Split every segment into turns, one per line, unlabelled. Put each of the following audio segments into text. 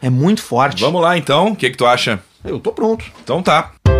É muito forte.
Vamos lá então, o que, que tu acha?
Eu tô pronto.
Então tá. Tá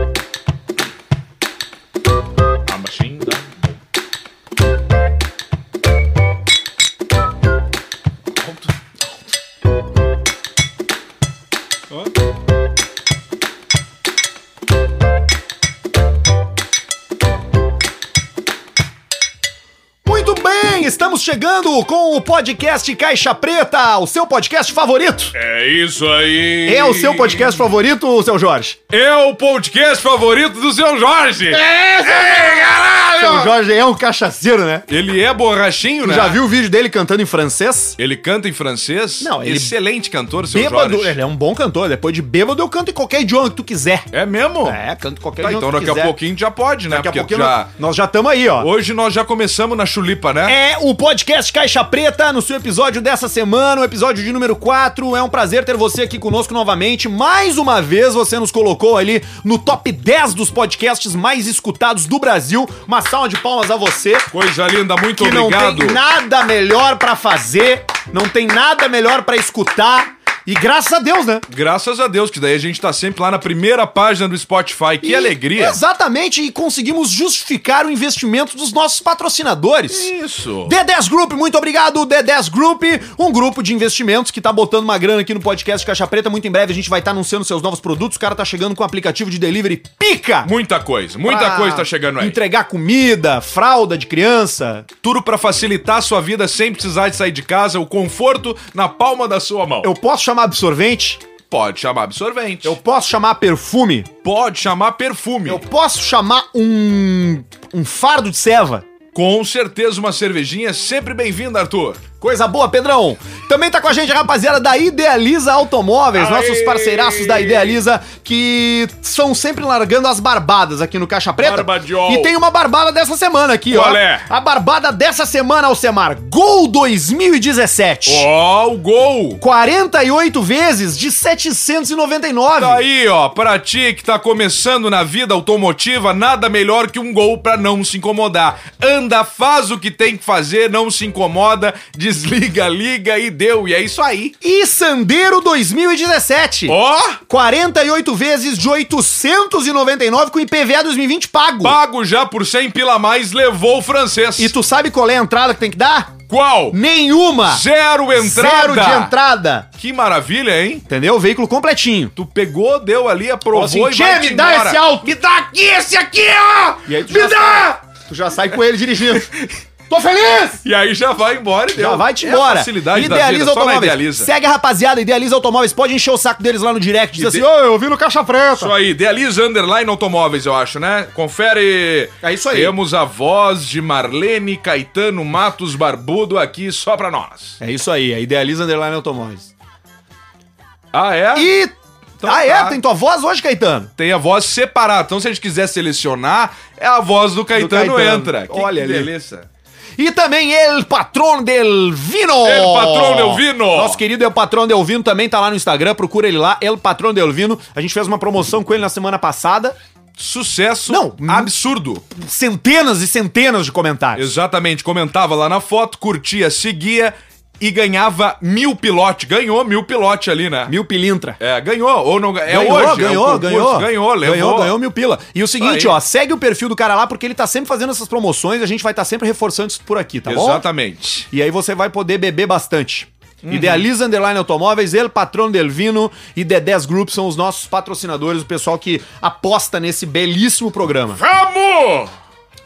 Muito bem, estamos chegando com o podcast Caixa Preta, o seu podcast favorito.
É isso aí.
É o seu podcast favorito, seu Jorge?
É o podcast favorito do seu Jorge.
É, Seu Jorge é um cachaceiro, né?
Ele é borrachinho,
Tu
né?
já viu o vídeo dele cantando em francês?
Ele canta em francês.
Não, ele-
Excelente cantor, seu
Bêbado,
Jorge.
ele é um bom cantor. Depois de bêbado, eu canto em qualquer idioma que tu quiser.
É mesmo?
É, canto em qualquer
Tá,
idioma
então
que
daqui
tu quiser.
a pouquinho já pode, né?
Daqui a
Porque
pouquinho
já...
nós- nós já estamos aí, ó.
Hoje nós já começamos na chulipa, né?
É o podcast Caixa Preta no seu episódio dessa semana, o episódio de número 4. É um prazer ter você aqui conosco novamente. Mais uma vez você nos colocou ali no top 10 dos podcasts mais escutados do Brasil. Uma salva de palmas a você
Coisa linda, muito
que
obrigado.
não tem nada melhor pra fazer, não tem nada melhor pra escutar. E graças a Deus, né?
Graças a Deus, que daí a gente tá sempre lá na primeira página do Spotify. Que alegria.
Exatamente, e conseguimos justificar o investimento dos nossos patrocinadores.
Isso.
D10 Group, muito obrigado, D10 Group, um grupo de investimentos que tá botando uma grana aqui no podcast Caixa Preta. Muito em breve a gente vai estar anunciando seus novos produtos. O cara tá chegando com um aplicativo de delivery pica!
Muita coisa, muita
pra
coisa tá chegando aí.
Entregar comida, fralda de criança.
Tudo pra facilitar a sua vida sem precisar de sair de casa, o conforto na palma da sua mão.
Eu posso chamar absorvente?
Pode chamar absorvente.
Eu posso chamar perfume?
Pode chamar perfume.
Eu posso chamar um um fardo de ceva?
Com certeza uma cervejinha é sempre bem-vinda, Arthur.
Coisa boa, Pedrão. Também tá com a gente a rapaziada da Idealiza Automóveis,
Aê!
nossos parceiraços da Idealiza, que são sempre largando as barbadas aqui no Caixa Preta.
Barbadiol.
E tem uma barbada dessa semana aqui, ó.
Qual é?
A barbada dessa semana, Alcemar. Gol 2017.
Ó, o gol!
48 vezes de 799.
Tá aí, ó, pra ti que tá começando na vida automotiva, nada melhor que um gol pra não se incomodar. Anda, faz o que tem que fazer, não se incomoda, desliga, liga e deu. E é isso aí.
E Sandeiro 2017.
Ó,
48 vezes de 899 com IPVA 2020 pago.
pago já por 100 pila a mais, levou o francês.
E tu sabe qual é a entrada que tem que dar?
Qual?
Nenhuma!
Zero entrada.
Zero de entrada!
Que maravilha, hein?
Entendeu? Veículo completinho.
Tu pegou, deu ali, aprovou
Assim,
e vai
me dá esse
alto.
alto! Me dá aqui esse aqui, ó!
E aí tu
me
já
dá! Tu já sai com ele dirigindo. Tô feliz!
E aí já vai embora e deu.
Já vai te
É a
embora.
facilidade da
idealiza
vida, só na
automóveis.
idealiza.
Segue a rapaziada, idealiza automóveis. Pode encher o saco deles lá no direct. Diz assim,
Ide-
ô, eu vi no caixa
Isso
preta.
aí, Idealiza Underline Automóveis, eu acho, né? Confere.
É isso aí.
Temos a voz de Marlene Caetano Matos Barbudo aqui só pra nós.
É isso aí, é idealiza underline automóveis.
Ah, é?
E.
Então
ah, é?
tá.
Tem tua voz hoje, Caetano?
Tem a voz separada. Então, se a gente quiser selecionar, é a voz do Caetano,
Caetano.
entra.
Olha ali.
beleza.
E também El Patrão del Vino.
El Patrón del Vino.
Nosso querido El Patrão del Vino também tá lá no Instagram, procura ele lá, El Patrão del Vino. A gente fez uma promoção com ele na semana passada,
Sucesso
Não, hum.
absurdo.
centenas e centenas de comentários.
Exatamente. Comentava lá na foto, curtia, seguia e ganhava mil pilote. Ganhou mil pilote ali, né?
Mil pilintra.
É, ganhou ou não ganhou? É
ganhou,
hoje, é o
ganhou,
concurso.
ganhou,
ganhou, levou.
ganhou, ganhou mil pila. E o seguinte,
Aí.
ó, segue o perfil do cara lá porque ele tá sempre fazendo essas promoções, a gente vai estar sempre reforçando isso por aqui, tá bom?
Exatamente.
E aí você vai poder beber bastante.
Uhum.
Idealiza Underline Automóveis, El Patrão Del Vino e D10 Group são os nossos patrocinadores, o pessoal que aposta nesse belíssimo programa.
Vamos!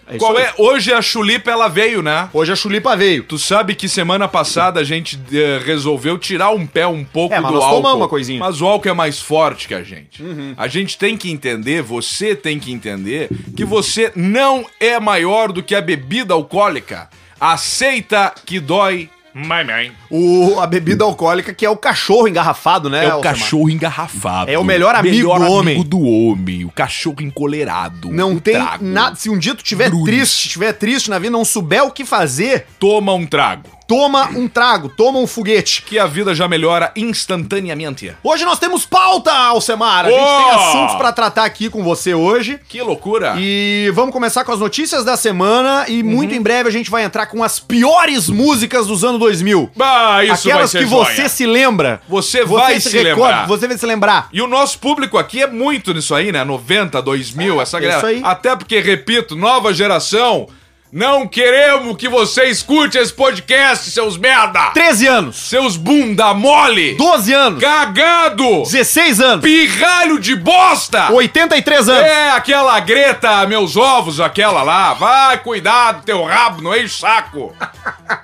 É isso
Qual
aí.
é? Hoje a chulipa ela veio, né?
Hoje a Chulipa veio.
Tu sabe que semana passada a gente eh, resolveu tirar um pé um pouco
É,
do
mas nós
álcool.
tomamos uma coisinha. Uhum.
Mas o álcool é mais forte que a gente. A gente tem que entender, você tem que entender, que você não é maior do que a bebida alcoólica. Aceita que dói. Mãe, mãe.
O, a bebida alcoólica, que é o cachorro engarrafado, né?
É, o
Alcemar?
cachorro engarrafado.
É o melhor amigo do homem.
do homem. O cachorro encolerado.
Não
O
tem
trago.
nada. Se um dia tu tiver
Grude.
triste, tiver triste na vida, não souber o que fazer,
Toma um trago.
Toma um trago, toma um foguete.
Que a vida já melhora instantaneamente.
Hoje nós temos pauta, Alcemar. A gente
Oh!
tem assuntos pra tratar aqui com você hoje.
Que loucura.
E vamos começar com as notícias da semana e
Uhum.
muito em breve a gente vai entrar com as piores músicas dos anos 2000.
Bah, isso vai
Aquelas
ser
que
joia.
você se lembra.
Você vai se lembrar.
Você vai se lembrar.
E o nosso público aqui é muito nisso aí, né? 90, 2000, essa
é
galera.
isso aí.
Até porque, repito, nova geração, não queremos que você escute esse podcast, seus merda!
13 anos,
Seus bunda mole!
12 anos,
Cagado!
16 anos,
Pirralho de bosta!
83 anos.
É, aquela greta, meus ovos, aquela lá. Vai, cuidado, teu rabo, não enche o saco.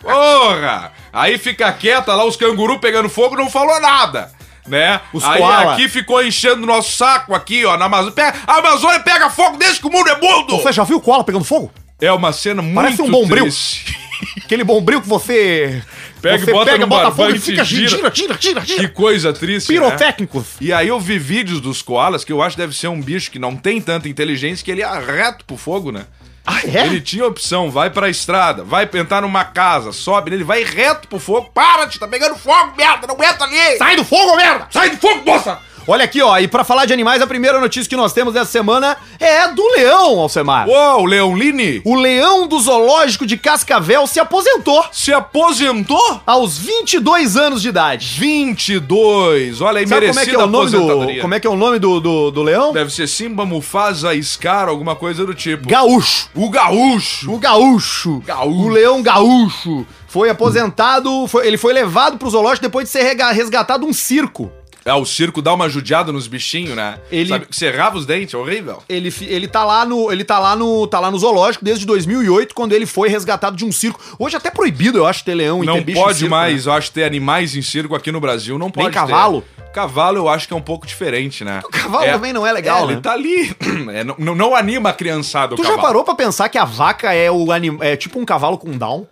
Porra! Aí fica quieta lá, os canguru pegando fogo, não falou nada. Né?
Os
Aí
koala.
aqui ficou enchendo o nosso saco aqui, ó, na Amazônia. Pega, a Amazônia pega fogo desde que o mundo é mundo!
Você já viu o Koala pegando fogo?
É uma cena muito
Parece um bombril.
triste.
Aquele bombril que você.
Pega e
você
bota no
fogo e
barbante,
fica gira,
gira.
gira, gira, gira.
Que coisa triste, né?
Pirotécnicos.
E aí eu vi vídeos dos koalas, que eu acho que deve ser um bicho que não tem tanta inteligência, que ele é reto pro fogo, né?
Ah, é?
Ele tinha opção, vai pra estrada, vai entrar numa casa, sobe nele, vai reto pro fogo. Para, te tá pegando fogo, merda, não aguenta ali!
Sai do fogo, merda!
Sai do fogo, moça!
Olha aqui, ó, e pra falar de animais, a primeira notícia que nós temos dessa semana é do leão, Alcemar.
Uou, Leonline,
O leão do zoológico de Cascavel se aposentou
se aposentou?
aos 22 anos de idade.
22, olha aí,
Sabe como é que é
merecida
o nome
aposentadoria.
do, como é que é o nome do, do, do leão?
Deve ser Simba, Mufasa, Scar, alguma coisa do tipo.
Gaúcho.
o gaúcho!
O gaúcho.
Gaúcho.
O leão gaúcho. Foi aposentado, foi- ele foi levado pro zoológico depois de ser rega- resgatado um circo.
É, o circo dá uma judiada nos bichinhos, né?
Ele-
Sabe, que serrava os dentes, é horrível.
Ele, fi- ele tá lá no ele tá lá no tá lá no zoológico desde 2008 quando ele foi resgatado de um circo. Hoje é até proibido, eu acho, ter leão e
Não
ter bicho em
pode
circo, né?
mais, eu acho, ter animais em circo aqui no Brasil. Não pode ter.
cavalo?
Cavalo eu acho que é um pouco diferente, né? O
cavalo também não é legal, né?
Ele tá ali. É, não, não- não anima a criançada o
Tu
cavalo.
já parou pra pensar que a vaca é o anim... é tipo um cavalo com down?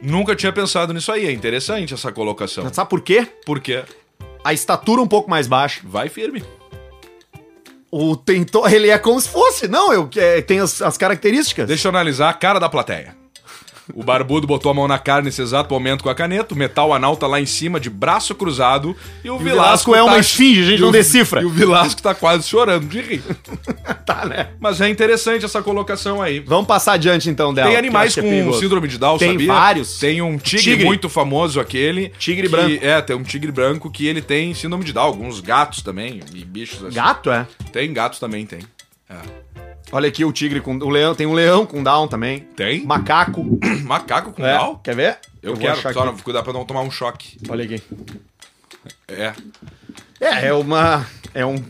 Nunca tinha pensado nisso aí. É interessante essa colocação.
Sabe por quê?
Porque
A estatura um pouco mais baixa.
vai firme.
O tentor, ele é como se fosse. Não, eu é, tem as, as características.
Deixa eu analisar a cara da plateia. O barbudo botou a mão na cara nesse exato momento com a caneta, o metal anal tá lá em cima, de braço cruzado, e o,
o
Vilasco,
Vilasco é
tá-
uma esfinge, a gente
e
não
o-
decifra.
E o Vilasco tá quase chorando de rir.
tá, né?
Mas é interessante essa colocação aí.
Vamos passar adiante então dela.
Tem
porque
animais
acho que é
com
perigoso.
síndrome de Down,
Tem
sabia?
vários.
Tem um tigre,
Tigre.
muito famoso aquele.
Tigre
que-
branco.
É, tem um tigre branco que ele tem síndrome de Down. Alguns gatos também e bichos assim.
Gato, é?
Tem gatos também, tem.
Olha aqui o tigre com. O leão, tem um leão com down também.
Tem?
Macaco.
Macaco com
É.
Down?
Quer ver?
Eu,
vou
quero,
achar
só
aqui.
não, cuidar pra não tomar um choque.
Olha aqui.
É.
É, é uma. É um,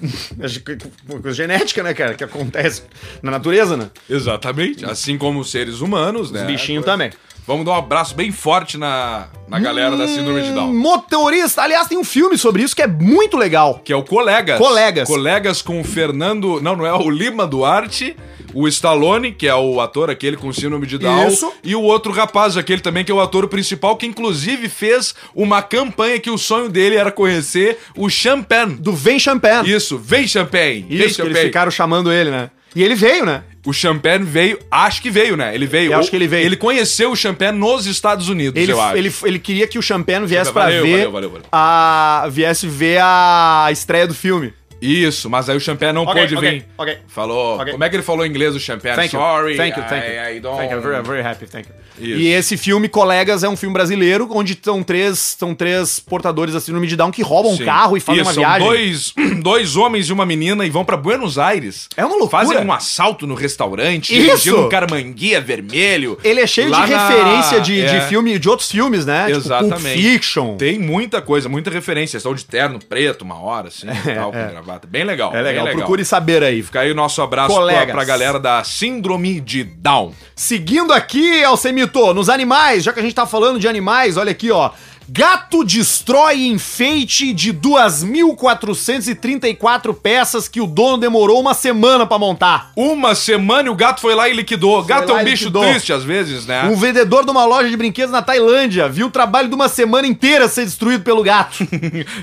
uma coisa genética, né, cara? Que acontece na natureza, né?
Exatamente. Assim como os seres humanos, né?
Os bichinhos tá- Hum, também.
Vamos dar um abraço bem forte na, na galera da síndrome de Down.
Motorista. Aliás, tem um filme sobre isso que é muito legal.
Que é o Colegas.
Colegas.
Colegas com o Fernando. Não, não é o Lima Duarte, o Stallone, que é o ator aquele com síndrome de Down.
Isso.
E o outro rapaz, aquele também, que é o ator principal, que inclusive fez uma campanha que o sonho dele era conhecer o Champagne.
Do Vem Champagne.
Isso, vem Champagne. vem
Isso, que eles ficaram chamando ele, né? E ele veio, né?
O Champagne veio, acho que veio, né? Ele veio.
Eu acho
O-
que ele veio.
Ele conheceu o Champagne nos Estados Unidos,
Ele,
eu acho.
ele, ele queria que o Champagne viesse pra
Valeu,
ver
valeu, valeu, valeu.
a viesse ver a estreia do filme.
Isso, mas aí o Champagne não pôde vir.
ok.
Falou.
Ok.
Como é que ele falou em inglês o Champagne?
Thank
Sorry.
you. Thank you, thank you.
I, I don't...
Thank you. I'm very, very happy, thank you.
Isso.
E esse filme, Colegas, é um filme brasileiro onde estão três, são três portadores da síndrome de Down que roubam
Sim.
um carro e fazem
Isso,
uma viagem.
São dois, dois homens e uma menina e vão pra Buenos Aires.
É uma loucura.
Fazem um assalto no restaurante,
Isso.
dirigindo um caramanguia vermelho.
Ele é cheio
Lá
de
na-
referência de,
é.
de filme, de outros filmes, né? Tipo,
Exatamente.
Pulp Fiction.
Tem muita coisa, muita referência. Estão de terno preto, uma hora, assim, e tal, com gravata. Bem legal.
É legal.
bem
Procure saber aí.
Fica aí o nosso abraço pra,
Colegas.
pra galera da Síndrome de Down.
Seguindo aqui, Alcemito, nos animais, já que a gente tá falando de animais, olha aqui, ó. Gato destrói enfeite de 2.434 peças que o dono demorou uma semana pra montar.
Uma semana e o gato foi lá e liquidou. gato é
lá
um
e
bicho
liquidou.
triste às vezes, né?
Um vendedor de uma loja de brinquedos na Tailândia viu o trabalho de uma semana inteira ser destruído pelo gato.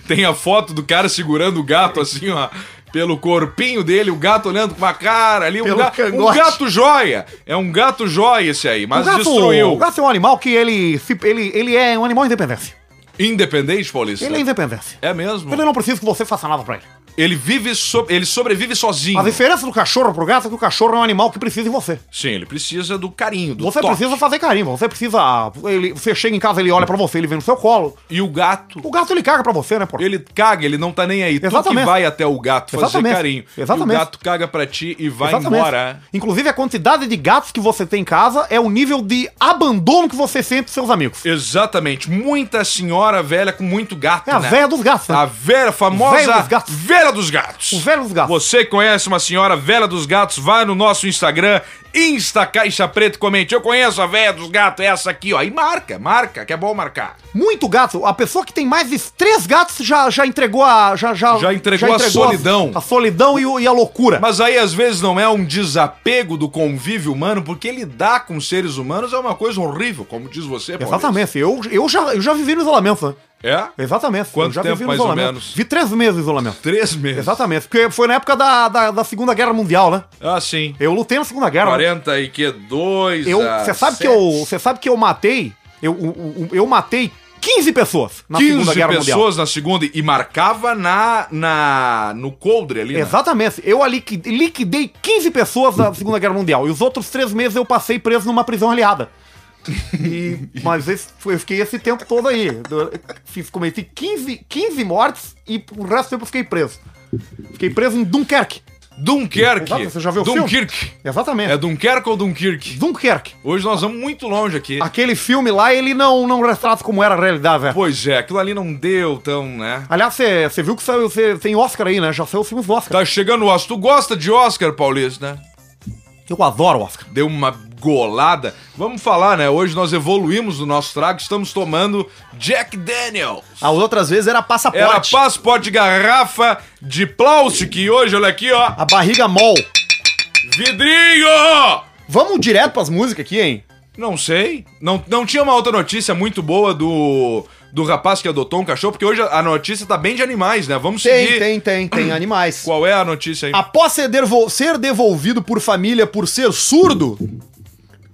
Tem a foto do cara segurando o gato assim, ó. pelo corpinho dele, o gato olhando com a cara ali. Um,
Pelo
ga- um
cangote.
gato joia. É um gato joia esse aí, mas
o, gato,
destruiu.
o gato é um animal que ele, se- ele, ele é um animal independente.
Independente, Paulista?
Ele é independente.
É mesmo?
Ele não precisa que você faça nada pra ele.
Ele vive so- ele sobrevive sozinho.
A diferença do cachorro pro gato é que o cachorro é um animal que precisa de você.
Sim, ele precisa do carinho, do
Você
toque.
precisa fazer carinho, você precisa. ah, Ele, você chega em casa, ele olha pra você, ele vem no seu colo.
E o gato,
O gato ele caga pra você, né, porra?
ele caga, ele não tá nem aí. Tu que
Exatamente.
vai até o gato fazer
Exatamente.
carinho. E
Exatamente.
o gato caga pra ti e vai embora. é.
Inclusive, a quantidade de gatos que você tem em casa é o nível de abandono que você sente dos seus amigos.
Exatamente. Muita senhora velha com muito gato,
É a
né?
véia dos gatos. né?
A velha, famosa
Velha dos gatos.
velha dos gatos.
O velho dos gatos.
Você que conhece uma senhora velha dos gatos, vai no nosso Instagram, Insta Caixa Preto, comente. Eu conheço a velha dos gatos, é essa aqui, ó. E marca, marca, que é bom marcar.
Muito gato. A pessoa que tem mais de três gatos já, já entregou a. Já, já,
Já entregou a solidão.
A, solidão e, o- e a loucura.
Mas aí às vezes não é um desapego do convívio humano, porque lidar com seres humanos é uma coisa horrível, como diz você, Paulista.
Exatamente. Eu, eu, já, eu já vivi no isolamento, né?
É?
Exatamente.
Quanto
eu já
tempo,
vivi no
mais ou
isolamento.
menos?
Vi três meses de isolamento.
Três meses.
Exatamente. Porque foi na época da, da, da Segunda Guerra Mundial, né?
Ah, sim.
Eu lutei na Segunda Guerra. né?
40 e que dois.
Eu,
a
você sabe que
sete.
eu, você sabe que eu matei, eu, eu, eu matei 15 pessoas na
15
Segunda Guerra
pessoas
Mundial.
na segunda e marcava na, na no coldre ali. né?
Exatamente. Eu ali que- liquidei 15 pessoas na Segunda Guerra Mundial. E os outros três meses eu passei preso numa prisão aliada. E- mas esse- eu fiquei esse tempo todo aí. Eu Fiz, cometi 15, 15 mortes e o resto do tempo eu fiquei preso. Fiquei preso em Dunkerque.
Dunkerque.
Exato, você já viu o filme?
Dunkerque.
Exatamente.
É Dunkerque ou Dunkerque?
Dunkerque.
Hoje nós vamos muito longe aqui.
Aquele filme lá, ele não, não retrata como era a realidade, velho.
Pois é, aquilo ali não deu tão, né?
Aliás, você viu que saiu, cê, tem Oscar aí, né? Já saiu os filmes do Oscar.
Tá chegando o Oscar. Tu gosta de Oscar, Paulista, né?
Eu adoro Oscar.
Deu uma golada. Vamos falar, né? Hoje nós evoluímos o nosso trago, estamos tomando Jack Daniels.
As outras vezes era
Era
passaporte.
passaporte de garrafa de plástico e hoje, olha aqui, ó,
A barriga mol.
vidrinho!
Vamos direto pras músicas aqui, hein?
Não sei. Não, não tinha uma outra notícia muito boa do, do rapaz que adotou um cachorro, porque hoje a a notícia tá bem de animais, né? Vamos seguir.
tem, tem, tem animais.
Qual é a notícia aí?
Após ser, dervo- ser devolvido por família por ser surdo,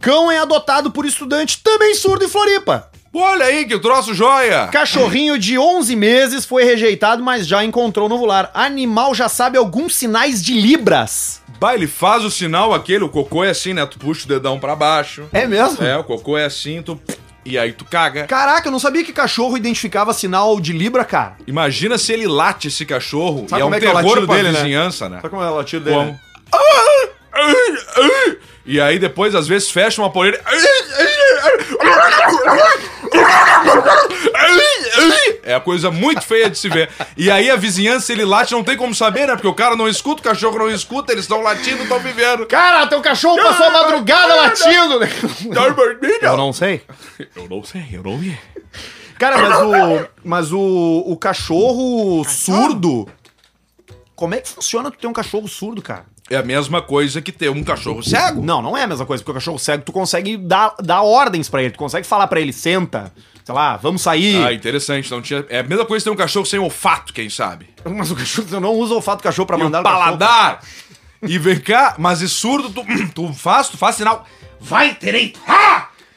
cão é adotado por estudante também surdo em Floripa.
Olha aí que troço joia!
Cachorrinho de 11 meses foi rejeitado, mas já encontrou novo lar. Animal já sabe alguns sinais de libras.
Bah, ele faz o sinal aquele, o cocô é assim, né? Tu puxa o dedão pra baixo.
É mesmo?
É, o cocô é assim, tu. E aí tu caga.
Caraca, eu não sabia que cachorro identificava sinal de libra, cara.
Imagina se ele late esse cachorro.
Sabe
e é um
como é que é o
terror
latido
pra
dele, né?
vizinhança, né?
como é o latido
Como? E aí depois, às vezes, fecha uma poleira. É a coisa muito feia de se ver. E aí a vizinhança, ele late, não tem como saber, né? Porque o cara não escuta, o cachorro não escuta, eles estão latindo, estão vivendo.
Cara, teu cachorro passou a madrugada latindo. né? Eu não sei.
Eu não sei, eu não vi.
Cara, mas o. Mas o, o cachorro surdo. Como é que funciona tu ter um cachorro surdo, cara?
É a mesma coisa que ter um cachorro cego.
Não, não é a mesma coisa, porque o cachorro cego tu consegue dar, dar ordens pra ele, tu consegue falar pra ele, senta, sei lá, vamos sair.
Ah, interessante. Não tinha... É a mesma coisa que ter um cachorro sem olfato, quem sabe.
Mas o cachorro, tu não usa o olfato do cachorro pra
E o
mandar o cachorro.
paladar. E vem cá, mas e surdo, tu, tu faz, tu faz sinal. Vai, direito.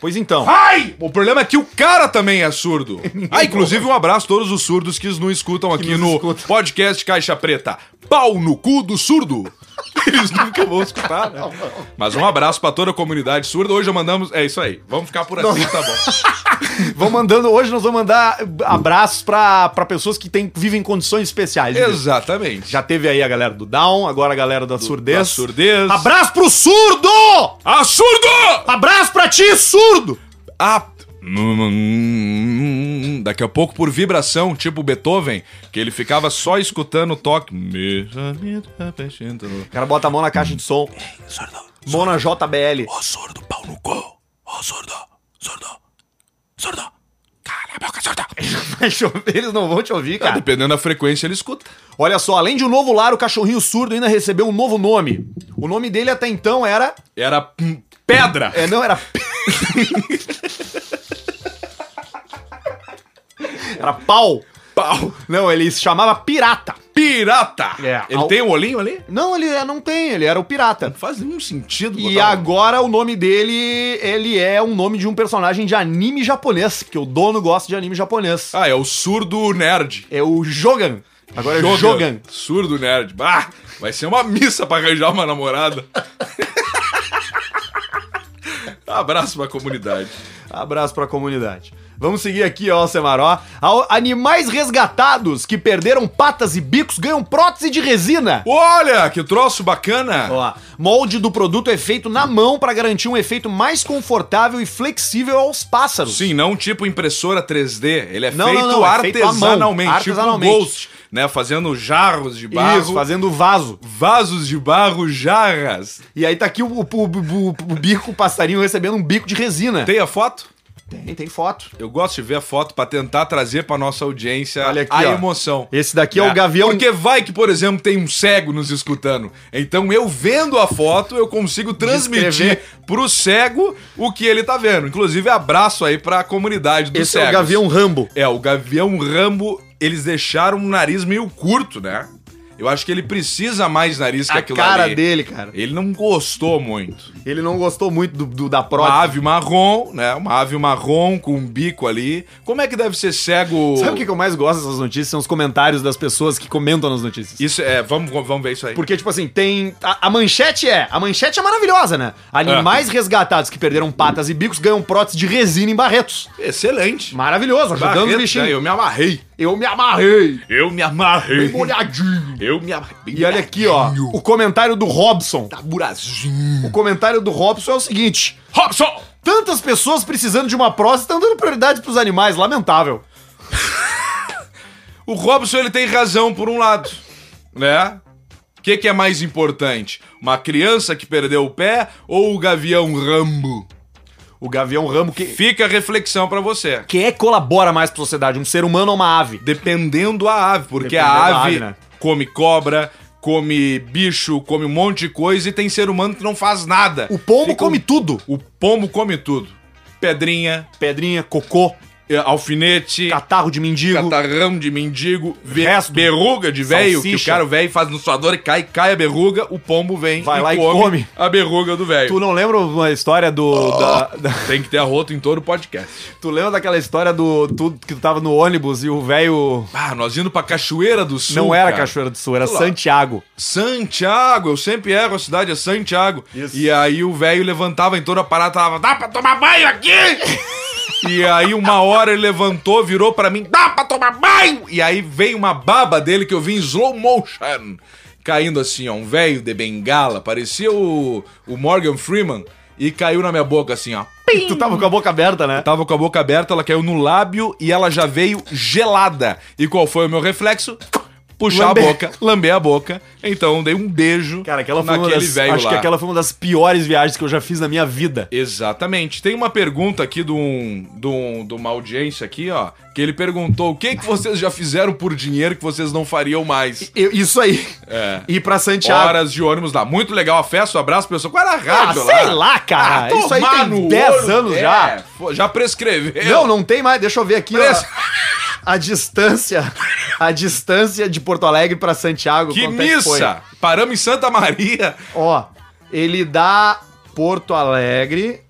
Pois então.
Ai! O problema é que o cara também é surdo. Ah, inclusive um abraço a todos os surdos que não escutam aqui
nos
no
escutam.
podcast Caixa Preta. Pau no cu do surdo. Eles nunca vão escutar, né? Mas um abraço pra toda a comunidade surda. Hoje mandamos... É isso aí. Vamos ficar por assim, tá bom.
Vão mandando, hoje nós vamos mandar abraços pra, pra pessoas que tem, vivem em condições especiais. né?
Exatamente.
Já teve aí a galera do Down, agora a galera da surdez.
da surdez.
Abraço pro surdo!
Ah, surdo!
Abraço pra ti, surdo!
Ah! Daqui a pouco, por vibração, tipo Beethoven, que ele ficava só escutando o toque.
O cara bota a mão na caixa de som.
Surdo,
Mona JBL.
ó surdo, pau no cu. Ó surdo, surdo, surdo. Cala a boca, surdo.
Vai chover, Eles não vão te ouvir, cara.
Dependendo da frequência, ele escuta.
Olha só, além de um novo lar, o cachorrinho surdo ainda recebeu um novo nome. O nome dele até então era.
Era hum, pedra.
É, não, era. era pau.
Pau.
Não, ele se chamava Pirata.
pirata.
É,
Ele
ao-
tem um olhinho ali?
Não, ele é- não tem, ele era o pirata.
Não faz nenhum sentido.
E
botar um-
agora o nome dele, ele é um nome de um personagem de anime japonês, porque o dono gosta de anime japonês.
Ah, é o surdo nerd.
É o Jogan. Agora é Jogan.
Surdo nerd. Bah, vai ser uma missa pra arranjar uma namorada. Abraço pra comunidade.
Abraço pra comunidade. Vamos seguir aqui, ó, Semaró. Ao- Animais resgatados que perderam patas e bicos ganham prótese de resina.
Olha, que troço bacana.
Ó, molde do produto é feito na mão pra garantir um efeito mais confortável e flexível aos pássaros.
Sim, não tipo impressora 3D. Ele é
Não,
feito
não, não, é feito à mão,
artesanalmente,
artesanalmente.
tipo um Ghost, né? Fazendo jarros de barro.
Isso, fazendo vaso.
Vasos de barro, jarras.
E aí tá aqui o, o- o- o- o bico, o passarinho recebendo um bico de resina.
Tem a foto?
Tem, tem foto.
Eu gosto de ver a foto pra tentar trazer pra nossa audiência
Olha aqui,
a
ó.
emoção.
Esse daqui é, o gavião.
Porque vai que, por exemplo, tem um cego nos escutando. Então eu vendo a foto, eu consigo transmitir
Descrever.
pro cego o que ele tá vendo. Inclusive, abraço aí pra comunidade do
Esse
cego.
é o gavião Rambo.
É, o Gavião Rambo, eles deixaram um nariz meio curto, né? Eu acho que ele precisa mais nariz que
A
aquilo
cara
ali.
dele, cara.
Ele não gostou muito.
Ele não gostou muito do, do- da
Uma
prótese.
ave marrom, né? Uma ave marrom com um bico ali. Como é que deve ser cego?
Sabe o que que eu mais gosto dessas notícias? São os comentários das pessoas que comentam nas notícias.
Isso é, vamos, vamos ver isso aí.
Porque, tipo assim, tem. A, a manchete é. A manchete é maravilhosa, né? Animais resgatados que perderam patas e bicos ganham prótese de resina em barretos.
Excelente.
Maravilhoso, ajudando os
Barreto,
bichinhos.
né? Eu me amarrei.
Eu me amarrei,
Eu me amarrei.
bem molhadinho.
Eu me amarrei.
E olha aqui, ó, o comentário do Robson.
Tá burazinho.
O comentário do Robson é o seguinte:
Robson!
tantas pessoas precisando de uma prótese estão dando prioridade pros animais, lamentável.
O Robson ele tem razão por um lado, né? O que, que é mais importante? Uma criança que perdeu o pé ou o gavião Rambo?
O Gavião Ramo, que,
Fica a reflexão pra você.
quem é que colabora mais pra sociedade, um ser humano ou uma ave?
Dependendo a ave, porque a
Dependendo da
ave,
ave, né?
come cobra, come bicho, come um monte de coisa e tem ser humano que não faz nada.
O pombo
Fica- um
come tudo:
o pombo come tudo. Pedrinha,
pedrinha, cocô,
eh, alfinete,
catarro de mendigo.
catarrão de mendigo, ve-
Resto.
berruga de velho, que o
Salsicha.
cara o velho faz no suador e cai, cai a berruga, o pombo vem
Vai lá e come.
a berruga do
Tu
velho.
não lembra uma história do.
Oh.
da- da-
Tem que ter arroto em todo o podcast.
tu lembra daquela história do. Tu, que tu tava no ônibus e o velho.
Ah, nós indo pra Cachoeira do Sul.
Não era
cara.
Cachoeira do Sul, era
Sei lá.
Santiago.
Santiago, eu sempre erro, a cidade é Santiago.
Isso.
E aí o velho levantava em toda a parada, tava, dá pra tomar banho aqui? e aí uma hora ele levantou, virou pra mim, dá pra tomar banho? E aí veio uma baba dele que eu vi em slow motion, caindo assim, ó, um velho de bengala, parecia o, o Morgan Freeman, e caiu na minha boca assim, ó.
Tu tava com a boca aberta, né?
Tava com a boca aberta, ela caiu no lábio e ela já veio gelada. E qual foi o meu reflexo? Puxar
Lamber.
a boca, lamber a boca. Então dei um beijo
Cara, aquela foi uma
naquele
das,
velho
acho
lá.
que aquela foi uma das piores viagens que eu já fiz na minha vida.
Exatamente. Tem uma pergunta aqui de, um, de, um- de uma audiência aqui, ó, que ele perguntou o que, que vocês já fizeram por dinheiro que vocês não fariam mais.
Eu- isso aí.
É.
Ir pra Santiago.
Horas de ônibus lá. Muito legal a festa, um abraço, pessoal. Qual era a
ah,
rádio Ah,
sei lá, cara. isso aí
tomar
tem
no
10
olho.
anos
É,
já.
pô, Já prescreveu.
Não, não tem mais. Deixa eu ver aqui,
Parece-
ó. A distância, a distância de Porto Alegre pra Santiago.
Que
quanto é foi?
missa! Paramos em Santa Maria.
Ó, ele dá Porto Alegre,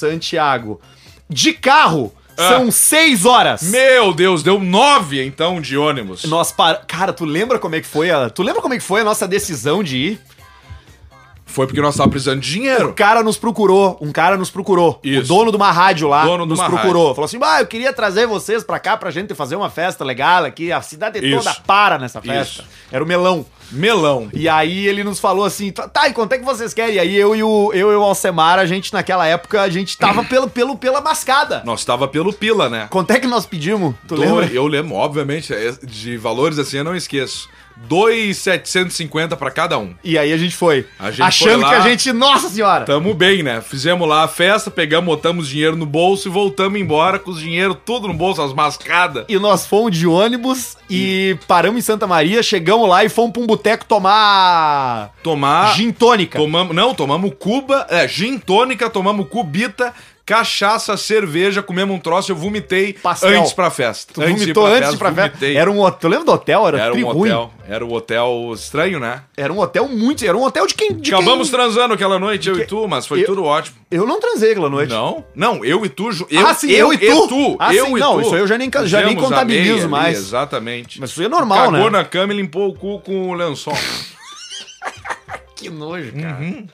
Santiago. De carro,
Ah.
são 6 horas.
Meu Deus, deu nove então de ônibus.
Nós par... Cara, tu lembra como é que foi a... Tu lembra como é que foi a nossa decisão de ir?
Foi porque nós tava precisando de
Um
dinheiro.
cara nos procurou, um cara nos procurou. O
Isso.
dono de uma rádio lá
Dono de
nos
uma
procurou. Falou assim: ah, eu queria trazer vocês pra cá pra gente fazer uma festa legal aqui. A cidade
Isso.
toda para nessa festa. Era o melão.
Melão.
E aí ele nos falou assim: tá, tá, e quanto é que vocês querem? E aí eu e o, eu e o Alcemar, a gente naquela época, a gente tava pelo, pelo, pela mascada.
Nós tava pelo Pila, né?
Quanto é que nós pedimos? Tu
Do-
lembra?
Eu lembro, obviamente, é, de valores assim eu não esqueço. 2,750 pra cada um.
E aí a gente foi.
A gente foi
achando
lá.
que a gente. Nossa senhora!
Tamo bem, né? Fizemos lá a festa, pegamos, botamos dinheiro no bolso e voltamos embora com os dinheiro tudo no bolso, as mascadas.
E nós fomos de ônibus e paramos em Santa Maria, chegamos lá e fomos pra um boteco tomar
Tomar.
gin tônica.
Tomamos, não, tomamos Cuba, é, gin tônica, tomamos cubita, cachaça, cerveja, comemos um troço, eu vomitei
Pastel.
antes pra festa.
Tu vomitou antes de ir pra festa?
vomitei.
Era um hotel. Lembra do hotel? Era,
Era
tri
um
ruim.
hotel. Era um hotel estranho, né?
Era um hotel muito. Era um hotel de quem. De
Acabamos
quem...
transando aquela noite, eu
que-
e tu, mas foi
Eu-
tudo ótimo.
Eu não transei aquela noite.
Não, não, eu e tu. ju- Eu,
Ah, sim, eu e tu? Ah,
eu
sim,
e
não,
tu.
isso aí eu já nem ca- já nem
Fizemos a
contabilizo
meia ali,
mais.
Exatamente.
Mas isso aí é normal,
Cagou
né?
na cama e limpou o cu com o lençol.
Que nojo, cara.
Uhum.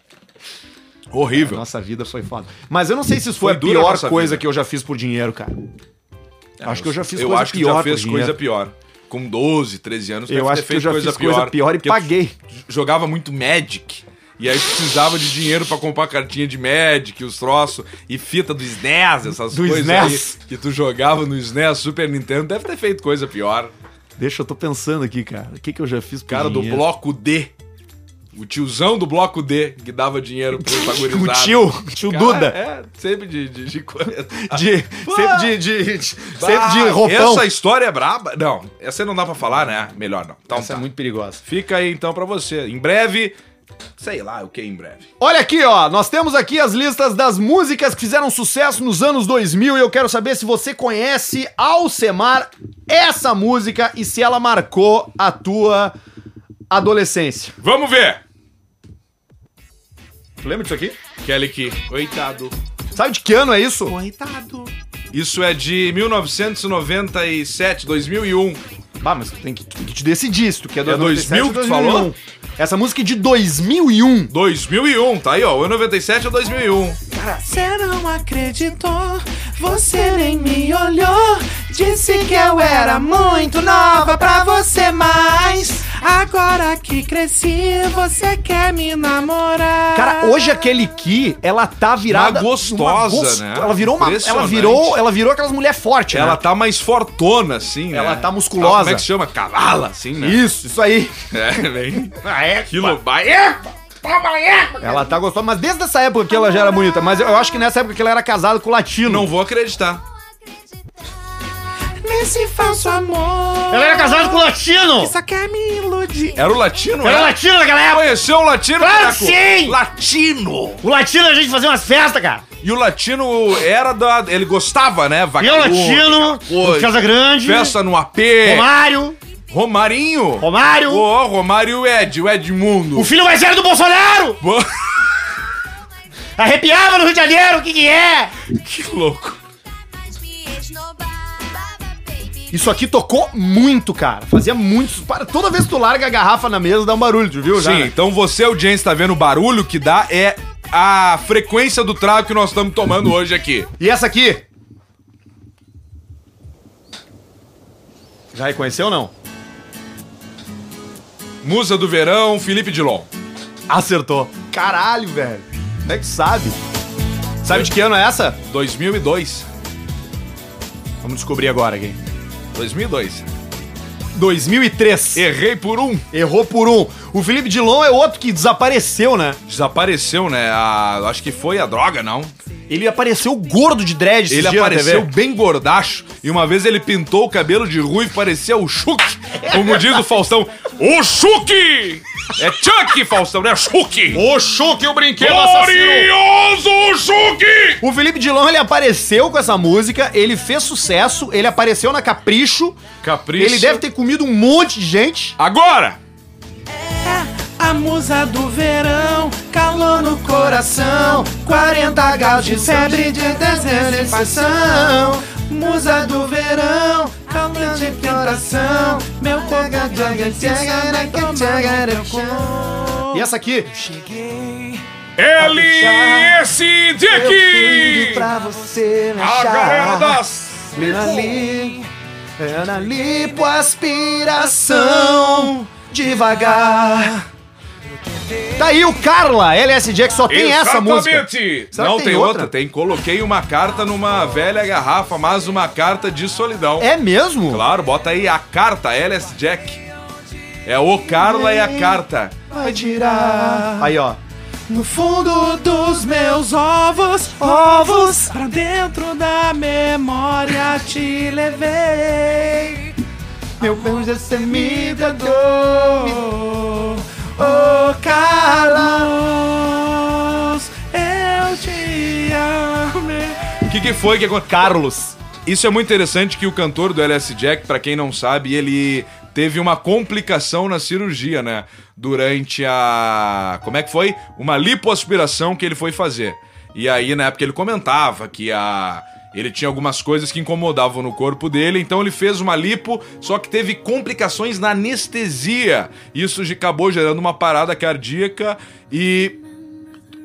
Horrível.
Nossa vida foi foda. Mas eu não sei se isso foi,
Foi
a
dura a
pior
nossa
coisa
vida. É,
que eu já fiz por dinheiro, cara. acho que eu já fiz
eu
coisa
acho que
pior
já fez
por
coisa
dinheiro.
pior. Com 12, 13 anos,
Eu
deve
acho
ter
que eu
feito
já fiz coisa pior e
porque tu
paguei.
Jogava muito Magic. E aí precisava de dinheiro pra comprar cartinha de Magic, os troços, e fita do SNES, essas
Do
coisas
SNES.
aí que tu jogava no SNES, Super Nintendo, deve ter feito coisa pior.
Deixa eu tô pensando aqui, cara. O que, que eu já fiz por
Cara do
dinheiro?
bloco D. O tiozão do bloco D que dava dinheiro pro
O
gurizada.
tio, o tio
Cara,
Duda.
É, sempre de, de, de coisa.
De,
Pô.
sempre de, de, de- sempre
Ah,
de roupão.
Essa história é braba. Não, essa não dá pra falar, né? Melhor não. Então tá.
é muito perigosa.
Fica aí então pra você. Em breve, sei lá o que é em breve.
Olha aqui, ó. Nós temos aqui as listas das músicas que fizeram sucesso nos anos 2000 e eu quero saber se você conhece Alcemar essa música e se ela marcou a tua adolescência.
Vamos ver.
Tu lembra disso aqui?
Kelly Key. Coitado.
Sabe de que ano é isso?
Coitado. Isso é de 1997, 2001.
Bah, mas tu tem que, tu tem que te decidir se tu quer
É
2000
2000 que tu falou?
Essa música é de 2001.
2001, tá aí, ó. O 97 é 2001.
Você não acreditou, você nem me olhou. Disse que eu era muito nova pra você, mas agora que cresci, você quer me namorar.
Cara, hoje aquele Ki, ela tá virada
Uma gostosa, né?
Ela virou uma, ela
Impressionante.
virou, ela virou aquelas mulher forte,
Ela
né?
tá mais fortona, assim, né?
Ela tá musculosa.
Como é que chama? Cavala, assim, né?
Isso, isso aí.
É, bem.
Ah, é.
Quilobai.
Ela tá gostosa, mas desde essa época que ela já era bonita, mas eu, eu acho que nessa época que ela era casada com o latino.
Não vou acreditar.
Nesse falso amor.
é- Ela era casada com o latino.
que Só quer me iludir.
Era o latino,
Era
né?
latino naquela época.
Conheceu o latino,
Claro
Caraco?
sim!
Latino!
O latino a gente fazia umas festas, cara.
E o latino era da. Ele gostava, né?
E o
Vagalume,
latino,
coisa.
de Casa Grande,
Festa no AP.
Romário,
Romarinho.
Romário.
Ô, Romário e o Ed, o Edmundo.
o filho mais velho do Bolsonaro. Arrepiava no Rio de Janeiro, o que que é?
que louco.
Isso aqui tocou muito, cara. Fazia muito. Para, toda vez que tu larga a garrafa na mesa, dá um barulho, tu viu? já,
Sim,
né?
então você, audiência, tá vendo o barulho que dá é a frequência do trago que nós estamos tomando hoje aqui.
E essa aqui? Já reconheceu ou não?
Musa do Verão, Felipe Dilon.
Acertou. Caralho, velho. Como é que sabe? Sabe de que ano é essa?
2002.
Vamos descobrir agora aqui.
2002.
2003.
Errei por um.
Errou por um. O Felipe Dilon é outro que desapareceu, né?
Desapareceu, né? A- acho que foi a droga, não?
Ele apareceu gordo de dread esses
Ele
dias na
apareceu
TV.
bem gordacho e uma vez ele pintou o cabelo de ruivo, parecia o Chuck, como diz o Faustão. O Chuck! É Chuck, Faustão, né? Chuck!
O Chuck, o brinquedo
Glorioso Chuck!
O Felipe Dilon, ele apareceu com essa música, ele fez sucesso, ele apareceu na Capricho.
Capricho.
Ele deve ter comido um monte de gente.
Agora!
A musa do verão, calor no coração, 40 graus de febre de desertificação. Musa do verão, calor de pioração, meu coca de né,
E essa aqui?
Cheguei,
Ele,
puxar,
esse
eu
Dick!
fui pra você né? me
A galera
achar.
das...
Ali,
Era lipoaspiração devagar. Tá aí o Carla, LSD, que só tem essa música.
Exatamente.
Será
Não,
que
tem,
tem outra?
outra? Tem. Coloquei uma carta numa velha garrafa, mas uma carta de solidão.
É mesmo?
Claro, bota aí a carta, LS Jack. É o Carla e a carta.
vai tirar
Aí, ó.
no fundo dos meus ovos, ovos, pra dentro da memória te levei.
Meu Deus,
é
esse
Me dedou, oh Carlos, eu te amei.
que foi que aconteceu.
Carlos.
Isso é muito interessante que o cantor do LS Jack, pra quem não sabe, ele teve uma complicação na cirurgia, né? Durante a. Como é que foi? Uma lipoaspiração que ele foi fazer. E aí, na época, ele comentava que a. Ele tinha algumas coisas que incomodavam no corpo dele, então ele fez uma lipo, só que teve complicações na anestesia. Isso ge- acabou gerando uma parada cardíaca e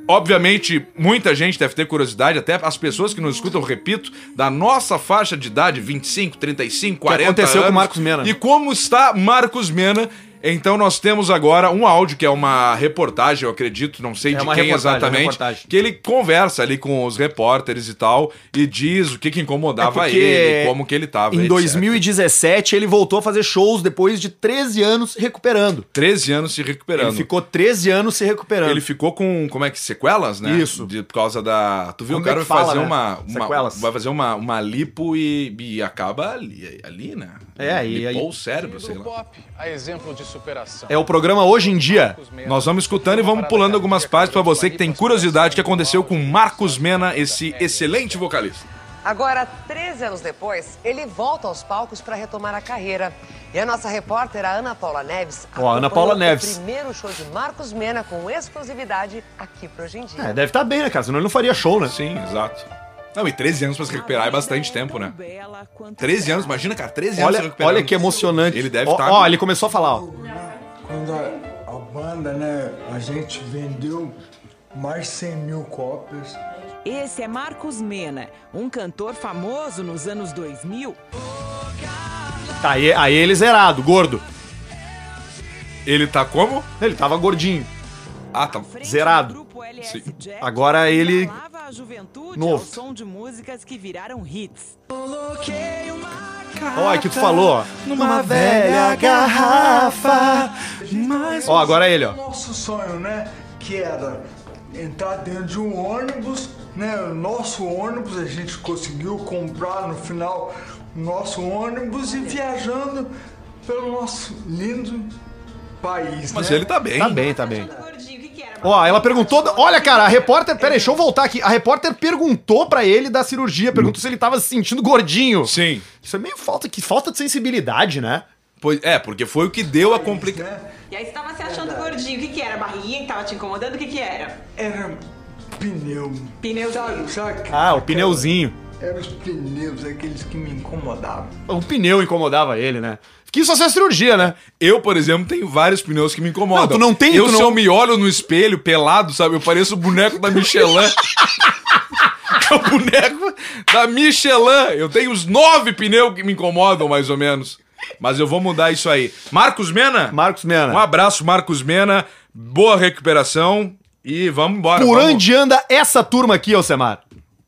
Obviamente, muita gente deve ter curiosidade, até as pessoas que nos escutam, eu repito, da nossa faixa de idade, 25, 35, 40
aconteceu com
anos.
Marcos Mena?
E como está Marcos Mena? Então nós temos agora um áudio que é uma reportagem, eu acredito, não sei
É
de
uma
quem
reportagem, é uma
exatamente,
reportagem.
que ele conversa ali com os repórteres e tal e diz o que, que incomodava
É porque
ele, como que ele tava,
Em
etc.
2017, ele voltou a fazer shows depois de 13 anos recuperando.
13 anos se recuperando.
Ele ficou 13 anos se recuperando.
Ele ficou com, como é que, sequelas, né?
Isso.
De- por causa da... Tu viu,
Como
o cara
é que
vai
fala,
fazer
né?
uma, uma-
Sequelas.
Vai fazer uma, uma lipo e, e acaba ali, ali, né?
É, e
Lipou
aí-
o cérebro, sei
Do
lá.
pop, a exemplo de superação.
É o programa Hoje em Dia.
Marcos Mena.
Nós vamos escutando e vamos pulando algumas partes pra você que tem curiosidade que aconteceu com Marcos Mena, esse excelente vocalista.
Agora, 13 anos depois, ele volta aos palcos para retomar a carreira. E a nossa repórter, a Ana Paula Neves,
Ó, Ana
acompanhou
Paula
o
Neves.
primeiro show de Marcos Mena com exclusividade aqui pro Hoje em Dia.
É, deve estar bem, né, cara? Senão ele não faria show, né?
Sim, exato. Não, e 13 anos pra se recuperar é bastante tempo, né? 13 anos, imagina, cara, 13 anos se
Olha,
recuperando.
olha que emocionante.
Ele deve tá
Ó,
estar...
Ó, ele começou a falar, ó.
Quando a, a banda, né, a gente vendeu mais de 100 mil cópias.
Esse é Marcos Mena, um cantor famoso nos anos 2000.
Tá, aí, aí ele zerado, gordo.
Ele tá como?
Ele tava gordinho.
Ah, tá...
Frente
Zerado.
ao grupo LS
Sim.
Jack,
Agora ele-
falava a juventude
Novo.
ao som de músicas que viraram hits.
Ó, é que tu falou, ó.
Numa velha garrafa. um. Mas
Ó, agora é ele, ó.
Nosso sonho, né, que era entrar dentro de um ônibus, né, o nosso ônibus, a gente conseguiu comprar no final o nosso ônibus e viajando pelo nosso lindo país,
Mas
né?
ele tá bem.
Tá bem, tá bem. Ó, ela perguntou. Olha, cara, a repórter. Pera, aí, deixa eu voltar aqui. A repórter perguntou pra ele da cirurgia, perguntou se ele tava se sentindo gordinho.
Sim.
Isso é meio falta, que falta de sensibilidade, né?
Pois, é, porque foi o que deu a complicação.
né?
E aí você tava se achando gordinho. O que que era? Barriguinha que tava te incomodando? O que que era?
Era pneu,
Pneu da...
sabe?
Ah, o pneuzinho.
Eram os pneus, aqueles que me incomodavam.
O pneu incomodava ele, né? Que isso é só cirurgia, né?
Eu, por exemplo, tenho vários pneus que me incomodam.
Não, tu não tem,
Eu,
tu
se
não-
eu me olho no espelho, pelado, sabe? Eu pareço o boneco da Michelin. é o boneco da Michelin. Eu tenho uns nove pneus que me incomodam, mais ou menos. Mas eu vou mudar isso aí. Marcos Mena?
Marcos Mena.
Um abraço, Marcos Mena. Boa recuperação. E vamos embora.
Por
vamos.
onde anda essa turma aqui, Alcemar?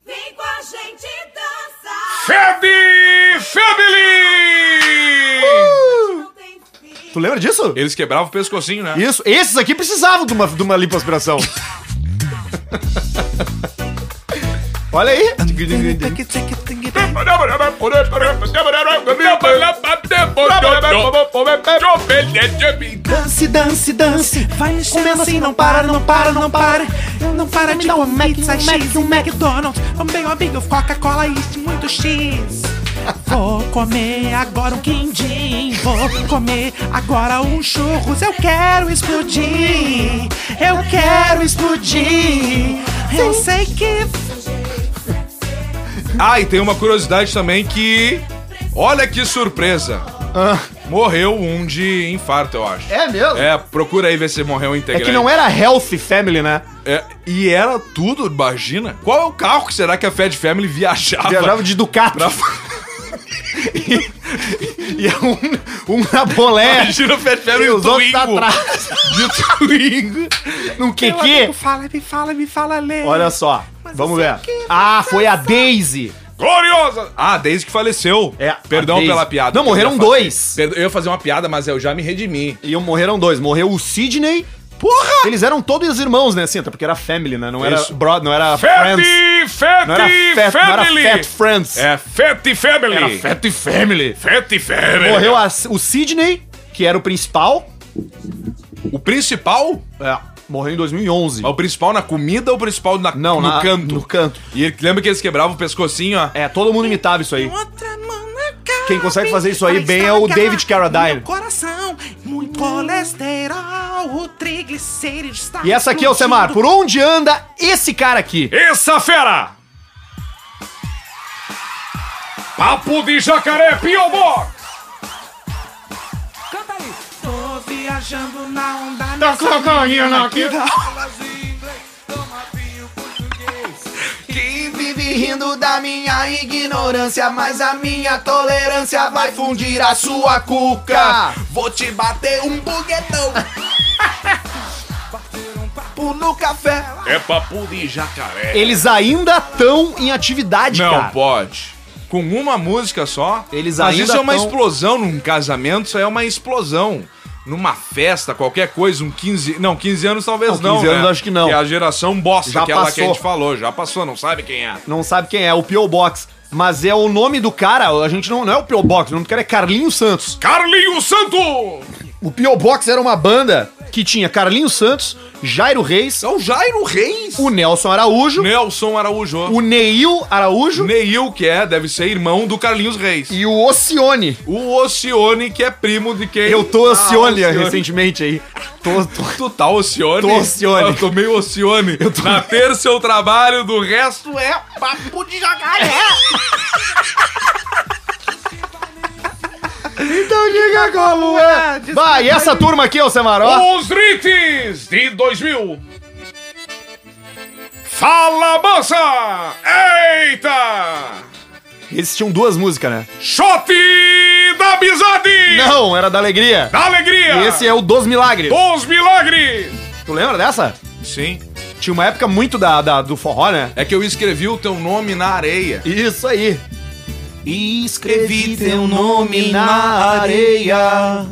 Vem com a gente dançar.
Feb Family!
Uh!
Não tem fim.
Tu lembra disso?
Eles quebravam o pescocinho, né?
Isso. Esses aqui precisavam de uma, de uma lipoaspiração. Olha aí.
dance, dance, dance. Vai mexendo assim, não para, não para, não para. Não para de comer Mac, um Mac, um McDonald's. Um bem amigo, Coca-Cola e muito X. Vou comer agora um quindim. Vou comer agora um churros. Eu quero explodir. Eu quero explodir. Eu sei que
Ah, e tem uma curiosidade também que. Olha que surpresa! Morreu um de infarto, eu acho.
Ah. É mesmo?
É, procura aí ver se morreu um
É
integrante.
que não era Healthy Family, né?
É, e era tudo, imagina. Qual é o carro que será que a Fed Family viajava?
Viajava de Ducato.
pra...
E é um, um na bolé.
Imagina a Fed Family
E
de
os outros tá
um Twingo.
atrás.
De Twingo.
Num
Meu amigo,
Kiki.
Fala, me fala, me fala, Lê.
Olha só. Vamos ver. Ah, foi a Daisy.
Gloriosa! Ah, desde que faleceu.
É, a
Perdão
Daisy.
pela piada.
Não, morreram
Eu ia fazer-
dois.
Perdão, Eu ia fazer uma piada, mas eu já me redimi.
E morreram dois. Morreu o Sidney. Porra! Eles eram todos irmãos, né, Cinta? Porque era family, né? Não era
Isso.
bro, não era friends.
Fat Fat
Não era fat, não
Family!
era fat friends.
É Fat Family!
Era fat family.
Fat Family!
Morreu a- o Sidney, que era o principal.
O principal?
É. Morreu em 2011.
Mas o principal na comida ou o principal na,
Não,
no
na-
canto?
no canto.
E ele, lembra que eles quebravam o pescocinho, ó?
É, todo mundo imitava isso aí.
Outra mão na cara.
Quem consegue fazer isso aí bem é o David Carradine.
Meu coração, muito colesterol, o triglicerídeo está
E essa aqui é o Semar. Por onde anda esse cara aqui?
Essa fera! Papo de jacaré, Piobox!
Canta aí.
Tô viajando na onda
Tá
nessa
cocaína aqui.
Que vive rindo da minha ignorância, mas a minha tolerância vai fundir a sua cuca. Vou te bater um buguetão. Bater um papo no café.
É papo de jacaré.
Eles ainda estão em atividade,
Não
cara.
pode. Com uma música só.
Eles
mas
ainda
isso é uma
tão-
explosão num casamento, isso aí é uma explosão. Numa festa, qualquer coisa, um 15. Não, 15 anos talvez
Não,
não.
15 anos
né?
acho que não.
Que é a geração bosta,
Já
aquela que a
passou.
gente falou, já passou, não sabe quem é.
Não sabe quem é, o P.O. Box. Mas é o nome do cara, a gente não, não é o P.O. Box, o nome do cara é Carlinhos Santos.
Carlinhos Santos!
O P.O. Box era uma banda que tinha Carlinhos Santos, Jairo Reis,
É o Jairo Reis!
o Nelson Araújo,
Nelson Araújo.
o Neil Araújo
Neil, que é, deve ser irmão do Carlinhos Reis.
e o Ocione.
O Ocione, que é primo de quem?
Eu tô Ocione
Ah, Ocione.
recentemente aí. Tô, tô-
Tu tá Ocione?
Tô Ocione.
Eu tô meio Ocione. Na terça eu trabalho, do resto é papo de jacaré.
Então diga como é. Oh. Vai, e essa turma aqui, ô Semaró?
Os Rites de 2000. Fala, moça! Eita!
Eles tinham duas músicas, né?
Shot da amizade!
Não, era da Alegria.
Da alegria!
E esse é o Dos Milagres.
Dos milagres!
Tu lembra dessa?
Sim.
Tinha uma época muito da, da- do forró, né?
É que eu escrevi o teu nome na areia.
Isso aí.
Escrevi teu nome na areia.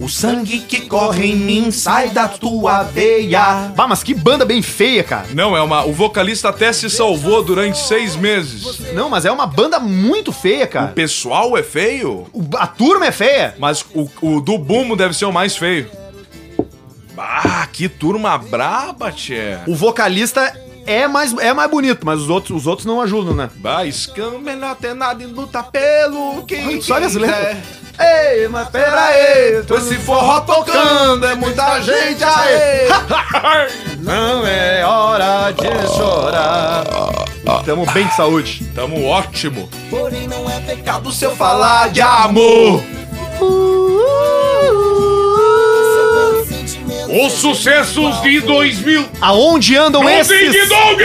O sangue que corre em mim sai da tua veia.
Bah, mas que banda bem feia, cara.
Não, é uma. O vocalista até se salvou durante seis meses.
Não, mas é uma banda muito feia,
O
cara.
pessoal é feio,
O- a turma é feia.
mas o, o do Bumbo deve ser o mais feio. Ah, que turma braba, tchê.
O vocalista é mais, é mais bonito, mas os outros, os outros não ajudam, né?
Bah, escama melhor ter nada e luta pelo quem
Sabe as letras?
quiser.
Ei, mas pera É. aí.
Com Esse forró tocando, é muita gente aí.
Não é hora de chorar. Tamo bem de saúde.
Tamo ótimo.
Porém, não é pecado se eu
Falar de amor. Os sucessos de 2000.
Aonde andam
No
esses?
Ding Dong!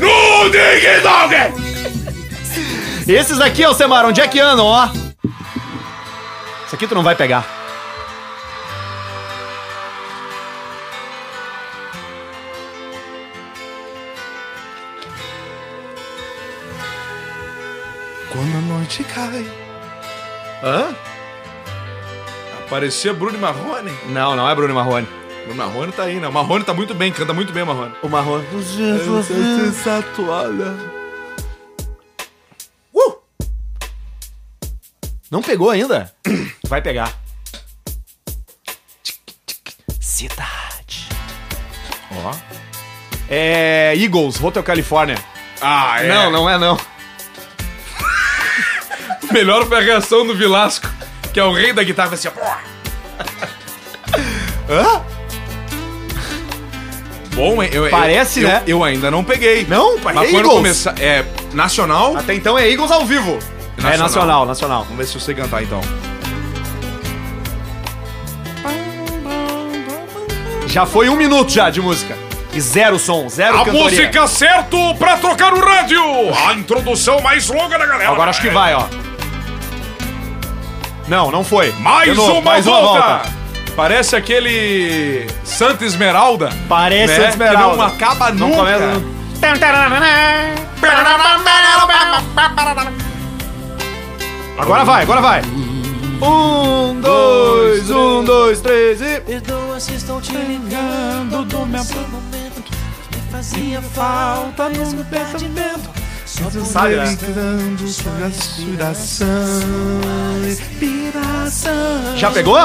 no Ding Dong!
Esses aqui, ô Semar, onde é que andam, ó? Isso aqui tu não vai pegar.
Quando a noite cai.
Hã?
Aparecia Bruno Marrone.
Não, não é Bruno Marrone.
O Marrone tá aí, né? O Marrone tá muito bem, canta muito bem, Marrone.
O Marrone.
Essa toalha.
Uh! Não pegou ainda? Vai pegar. Cidade.
Ó.
É. Eagles, Hotel California.
Ah, é.
Não, não é não.
Melhor foi a reação do Vilasco, que é o rei da guitarra, assim, ó.
Hã?
Bom, eu, eu-
Parece,
eu-
né?
Eu ainda não peguei.
Não, pai,
Mas
é
quando
Eagles.
começar... É nacional?
Até então é Eagles ao vivo. É nacional,
Nacional.
nacional.
Vamos ver se eu sei cantar, então.
Já foi um minuto já de música. E zero som, zero
A
cantoria.
música certo pra trocar o rádio. A introdução mais longa da galera. É.
Agora acho que vai, ó. Não, não foi.
Mais
De novo,
uma volta. Parece aquele Santa Esmeralda.
Parece
né?
Santa Esmeralda.
Que não acaba
Não
nunca.
começa, não. Agora vai, agora vai. Um, dois, um, dois, três e...
Perdoa se estou te ligando do meu momento. Me fazia falta no meu pensamento. Só por
sabe, né?
evitando sua respiração. Respiração.
Já pegou?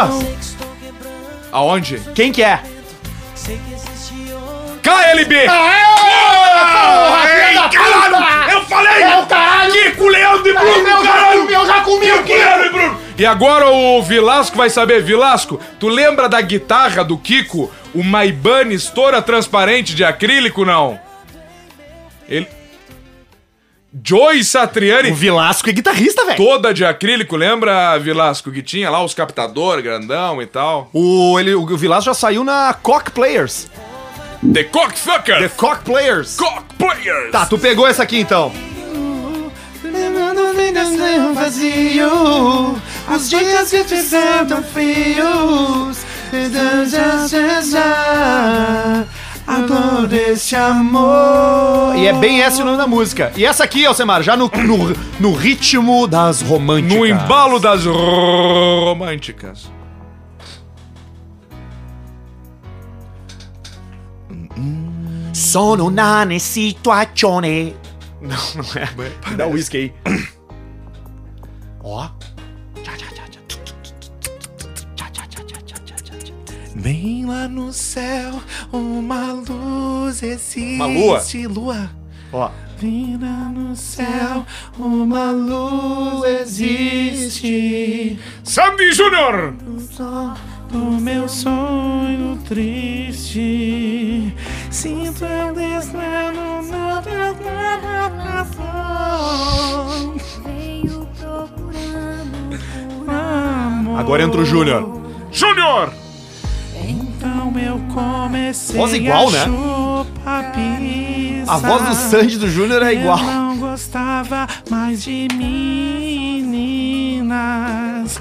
Aonde?
Quem que é?
KLB! Ah, é? Ei, caralho! Eu falei! É o caralho! Kiko, Leandro e Bruno, caralho! Eu já comi Kiko, Leandro e Bruno! E agora o Vilasco vai saber. Vilasco, tu lembra da guitarra do Kiko? O Maibane estoura transparente de acrílico, não? Ele... Joey Satriani,
O Vilasco é guitarrista, velho.
toda de acrílico, lembra, Vilasco, que tinha lá os captador grandão e tal?
O, ele, o Vilasco já saiu na Cock Players.
The Cockfucker!
The Cock Players.
Cock Players!
Tá, tu pegou essa aqui então.
Lembrando vidas um vazio Os dias que te sentam frios Então já, já, já A dor deste amor
E é bem esse o nome da música. E essa aqui, Alcemar, já no, no, no ritmo das românticas.
No embalo das românticas.
Sono nane situazione. Não, não é. Me Dá o whisky aí. Ó.
Bem lá no céu Uma luz existe
Uma lua.
lua.
Ó.
Bem lá no céu Uma luz existe
Sandy Júnior!
Do meu sonho triste, sinto eu desvelo no teu coração.
Veio procurando por
Amor.
Agora entra o Júnior.
Júnior!
Então eu comecei
Voz igual,
a
né?
chupar pizza.
A voz do Sandy e do Júnior é igual.
Eu não gostava mais de meninas.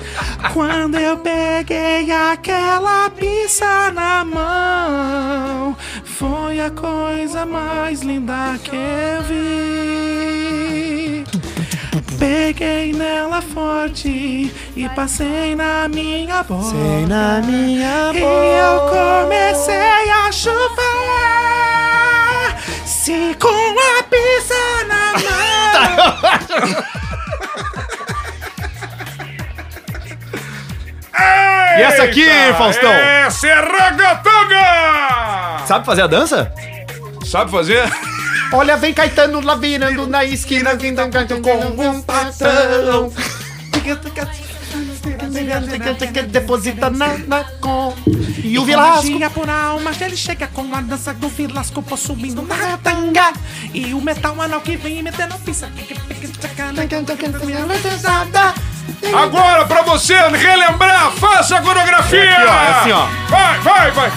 Quando eu peguei aquela pizza na mão, foi a coisa mais linda que eu vi. Peguei nela forte e passei na minha boca. E eu comecei a chupar. Se com a pizza na mão.
E essa aqui, Faustão?
É Serragatanga!
Sabe fazer a dança?
Sabe fazer?
Olha, vem Caetano lá virando na esquina, quem tá cantando com um patrão. um Deposita na, na tá com. um E o Vilasco.
Magia por almas, ele chega com a dança do Vilasco possuindo uma ratanga. E o metal anal que vem metendo pizza.
Agora, pra você relembrar, faça a coreografia!
É aqui, ó, é assim, ó.
Vai, vai, vai!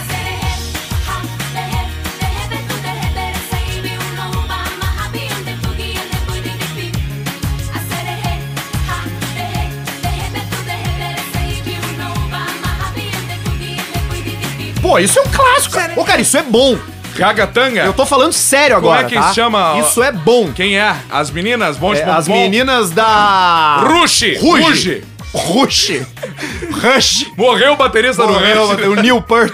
Pô, isso é um clássico. cara. Ô, cara, isso é bom.
Ragatanga?
Eu tô falando sério
Como
agora.
é que
tá?
chama?
Isso é bom.
Quem é? As meninas? Bom de
É,
bom,
as
bom.
meninas da.
Rushi!
Ruge. Ruge. Rush.
Morreu o baterista
Morreu
do Rush.
o Neil Peart.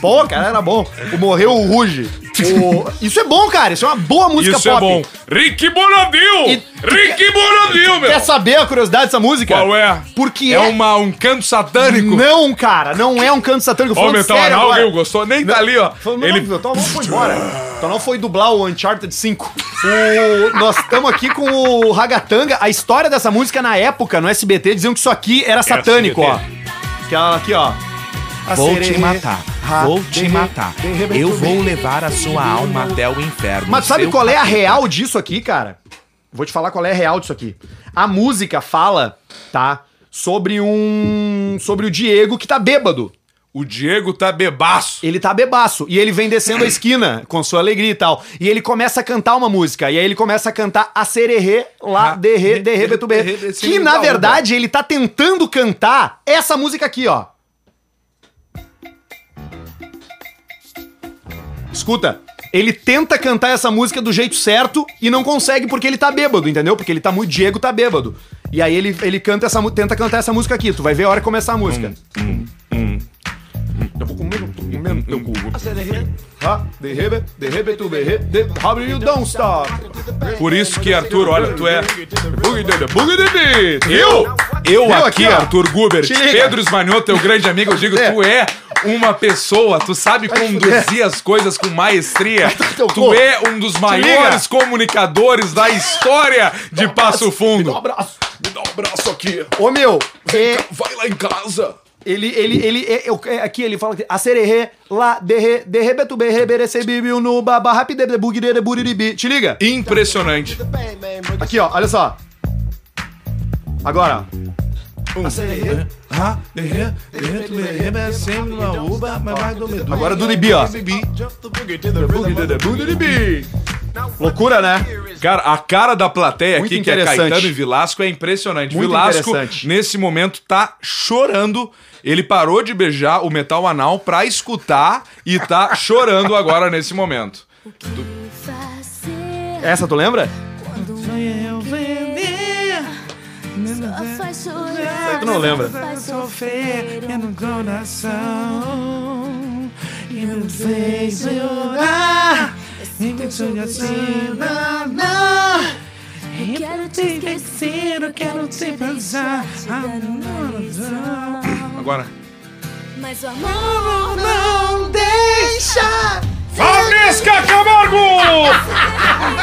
Pô, cara, era bom. O morreu o Ruge. O- Isso é bom, cara. Isso é uma boa música
Isso
pop.
é bom. Rick Bonadil!
E-
Rick Bonadil, meu!
Quer saber a curiosidade dessa música?
Qual é?
Porque
é uma, um canto satânico.
Não, cara, não é um canto satânico.
Ó, o
Falando
metal
sério
anal,
agora.
viu? Gostou? Nem tá ali, ó.
Falando,
Ele...
Ele... Não, Tonal foi embora. Tonal foi dublar o Uncharted 5. O- Nós estamos aqui com o Ragatanga. A história dessa música na época, no SBT, diziam que isso aqui era satânico, ó. Que ela aqui, ó.
Vou te matar, vou te matar. Eu vou levar a sua alma até o inferno.
Mas sabe qual é a real disso aqui, cara? Vou te falar qual é a real disso aqui. A música fala, tá? Sobre um. Sobre o Diego que tá bêbado.
O Diego tá bebaço.
Ele tá bebaço e ele vem descendo a esquina com sua alegria e tal. E ele começa a cantar uma música. E aí ele começa a cantar a sererê lá,
Ah,
derrê,
re-
derrê,
re-
betuberê.
re- re-
Que na
da
verdade ele tá tentando cantar essa música aqui, ó. Escuta, ele tenta cantar essa música do jeito certo e não consegue porque ele tá bêbado, entendeu? Porque ele tá muito. Diego tá bêbado. E aí ele, ele canta essa, mu- tenta cantar essa música aqui. Tu vai ver a hora que começar a música. Hum, Eu vou comer, eu tô comendo teu cu. Ah, de rebe, de rebe, tu berre, de how you don't stop.
Por isso que, Arthur, olha, tu é. Boogie de- Boogie de beat. Eu? Eu aqui,
aqui, ó.
Arthur Guber,
Te liga.
Pedro Esmanhoto, teu grande amigo, eu digo,
É.
tu é uma pessoa, tu sabe conduzir as coisas com maestria.
teu
Tu
corpo.
é um dos maiores comunicadores da história de Passo Fundo.
abraço.
um Me dá um abraço aqui.
Ô meu, é,
Vai lá em casa.
ele, ele, ele, é, eu- é, aqui ele fala que a sererê, lá, derre, derre, betu, berre, berece, bibiu, no, babá, rapide, de, bugirere, buriribi. Te liga?
Impressionante.
Aqui, ó, olha só. Agora, Um. agora do Nibi, ó.
É
Loucura, né?
Cara, a cara da plateia
Muito
aqui, que é
interessante.
Caetano e Vilasco, é impressionante.
Muito
Vilasco,
interessante.
nesse momento, tá chorando. Ele parou de beijar o metal anal pra escutar e tá chorando agora nesse momento.
fazer
Essa tu lembra?
quando eu vender? Só faz chorar.
Tu não lembra.
só faz sofrer.
sofrer é no coração e não fez chorar. Nem me sonho assim, não, não. Eu quero te esquecer, eu quero te pensar. Ah,
Agora.
Mas o amor
não deixa.
Vanesca Camargo!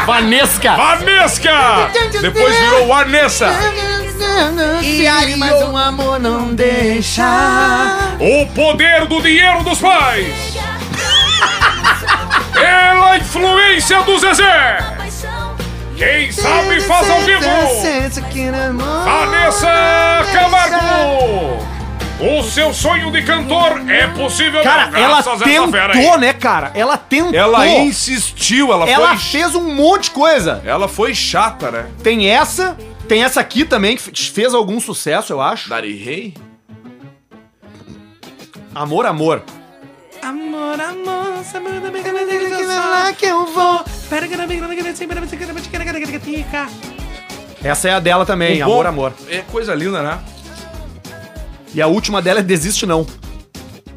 Vanesca!
Vanesca! Depois virou Vanessa.
E aí, mas um amor não deixa.
O poder do dinheiro dos pais! Pela influência do Zezé!
paixão.
Quem sabe faz
é
ao vivo!
né,
Vanessa Camargo! O seu sonho de cantor é possível
Cara, ela
graças a essa fera aí.
tentou, né, cara? Ela tentou.
Ela insistiu, ela,
Ela
foi.
fez um monte de coisa.
Ela foi chata, né?
Tem essa, tem essa aqui também, que fe- fez algum sucesso, eu acho.
Dari Rei?
Amor, amor.
Amor, amor, você manda bem que lá que eu vou. Pera que eu não me
Essa é a dela também, amor, amor.
É coisa linda, né?
E a última dela é desiste não.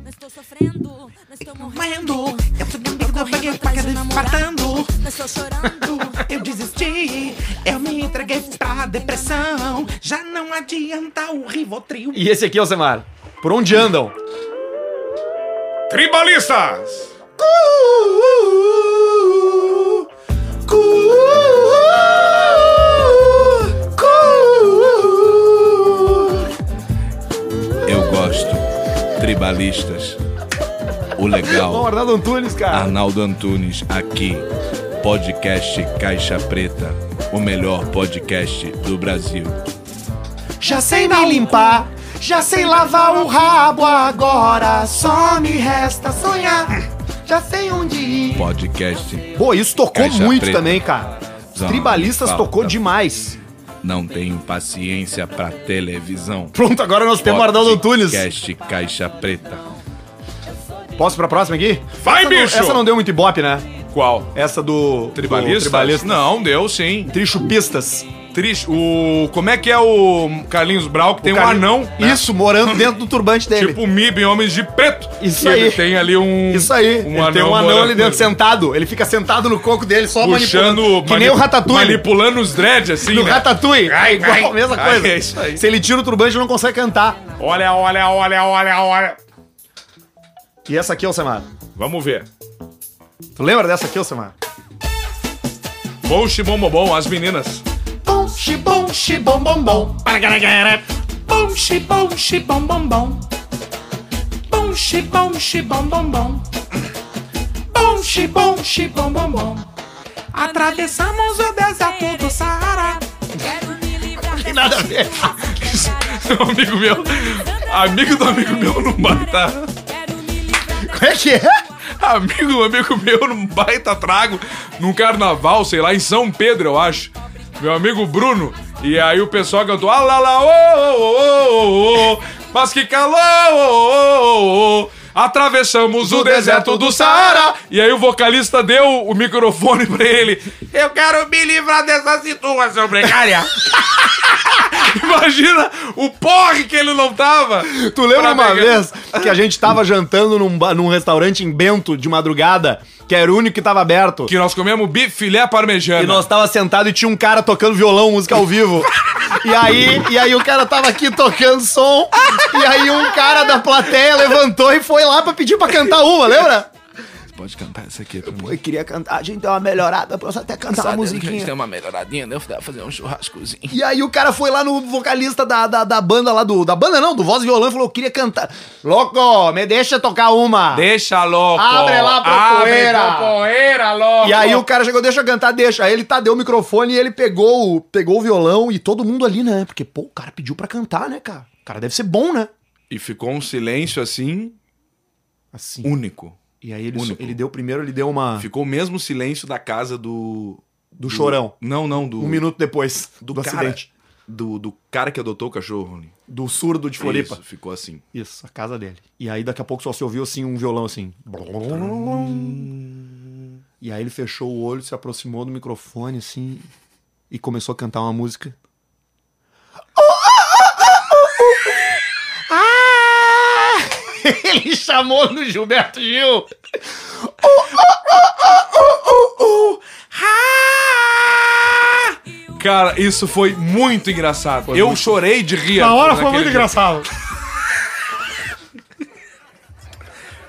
Mas estou sofrendo, mas estou
Morrendo,
morrendo.
eu fui
Tô
dando
correndo
banho pra
atrás
casa
do namorado,
matando.
mas estou chorando.
Eu desisti, eu me entreguei pra depressão. Já não adianta o Rivotril.
E esse aqui, Alcemar. Por onde andam?
Tribalistas! Eu gosto. Tribalistas. O
Bom,
legal.
Arnaldo Antunes, cara.
Arnaldo Antunes aqui. Podcast Caixa Preta. O melhor podcast do Brasil.
Já sei me limpar, já sei lavar o rabo agora. Só me resta sonhar. Já sei onde ir.
Podcast
Pô, isso tocou
Caixa
muito
preta.
também, cara. Os
Zão,
tribalistas
falta.
tocou demais.
Não Tenho Paciência pra Televisão.
Pronto, agora nós temos o Arnaldo Antunes.
Podcast Caixa Preta.
Posso pra próxima aqui?
Vai,
essa
bicho!
Não, essa não deu muito ibope, né?
Qual?
Essa do...
Tribalista?
Do tribalista.
Não, deu sim.
Trichupistas.
Triste. O. Como é que é o Carlinhos Brau, que tem um
Carlinhos-
anão? né?
Isso, morando dentro do turbante dele.
Tipo o MIB em Homens de Preto.
Isso
Que Ele
aí.
tem ali um.
Isso aí.
Um
ele
anão
tem um anão
morando
ali
com
dentro
ele.
sentado. Ele fica sentado no coco dele, só
Puxando.
manipulando. Que nem
manip-
o Ratatouille.
Manipulando os dreads, assim.
No
né?
Ratatouille.
Ai,
é igual,
ai,
mesma
ai,
coisa.
é isso aí.
Se ele tira o turbante, ele não consegue cantar.
Olha, olha, olha, olha, olha.
E essa aqui, Alcemar.
Vamos ver.
Tu lembra dessa aqui, Alcemar?
Bom, Shibom, bom, bom, as meninas.
Bom, xi, bom, xi, bom, bom, bom. Paragaragara. Bom, xi, bom, xi, bom, bom, bom. Bom, xi, bom, xi, bom, bom, bom. Bom, xi, bom, xi, bom, bom, bom. Atravessamos o deserto do Saara.
Quero me livrar dessa
Nada a ver.
Um amigo meu. Amigo do amigo meu tá? não baita.
Quero me livrar dessa
Como é que é?
Amigo do amigo meu num baita trago, num carnaval, sei lá, em São Pedro, eu acho. Meu amigo Bruno. E aí o pessoal cantou, ah lá lá, ô, ô, ô, ô, ô, mas que calor, ô, ô, ô, ô. Atravessamos o deserto do Saara. E aí o vocalista deu o microfone pra ele. Eu quero me livrar dessa situação precária. Imagina o porre que ele não tava.
Tu lembra
Pra
uma
pegar-
vez que a gente tava jantando num, ba- num restaurante em Bento de madrugada, que era o único que tava aberto?
Que nós comemos bife filé parmejana.
E nós tava sentado e tinha um cara tocando violão, música ao vivo. E aí, e aí o cara tava aqui tocando som, e aí um cara da plateia levantou e foi lá pra pedir pra cantar uma, lembra?
Pode cantar essa aqui pra mim.
Eu queria cantar, a gente deu uma melhorada, posso até cantar
Tá
uma musiquinha.
uma melhoradinha, deu pra fazer um churrascozinho.
E aí o cara foi lá no vocalista da, da, da banda lá do. Da banda não, do voz e violão e falou: eu queria cantar. Louco, me deixa tocar uma.
Deixa louco.
Ah. Abre lá pra
Abre
poeira.
pra poeira, louco.
E aí o cara chegou, deixa eu cantar, deixa. Aí ele tá, deu o microfone e ele pegou, o- pegou o violão e todo mundo ali, né? Porque, pô, o cara pediu pra cantar, né, cara? O cara deve ser bom, né?
E ficou um silêncio assim,
Assim.
único.
E aí ele,
Único.
ele deu primeiro, ele deu uma.
Ficou o mesmo silêncio da casa do...
Do chorão.
Não, não, do...
Um minuto depois do,
do cara,
acidente.
Do, do cara que adotou o cachorro, Rony.
Do surdo de Floripa.
Isso, ficou assim.
Isso. a casa dele. E aí daqui a pouco só se ouviu assim um violão assim. E aí ele fechou o olho, se aproximou do microfone assim e começou a cantar uma música. Ele chamou no Gilberto Gil.
Cara, isso foi muito engraçado. eu chorei de rir.
Na hora
naquele
foi muito
dia.
engraçado.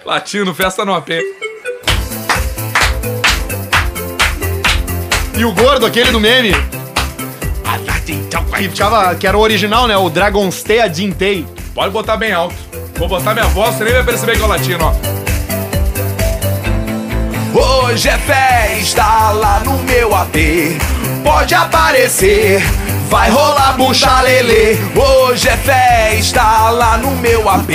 Latino, festa no AP.
E o gordo, aquele do meme. Que, ficava, que era o original, né? O Dragon's Tea Jintei.
Pode botar bem alto. Vou botar minha voz, você nem vai perceber que é o latino, ó. Hoje é festa lá no meu AP. Pode aparecer, vai rolar bucha lelê. Hoje é festa lá no meu AP.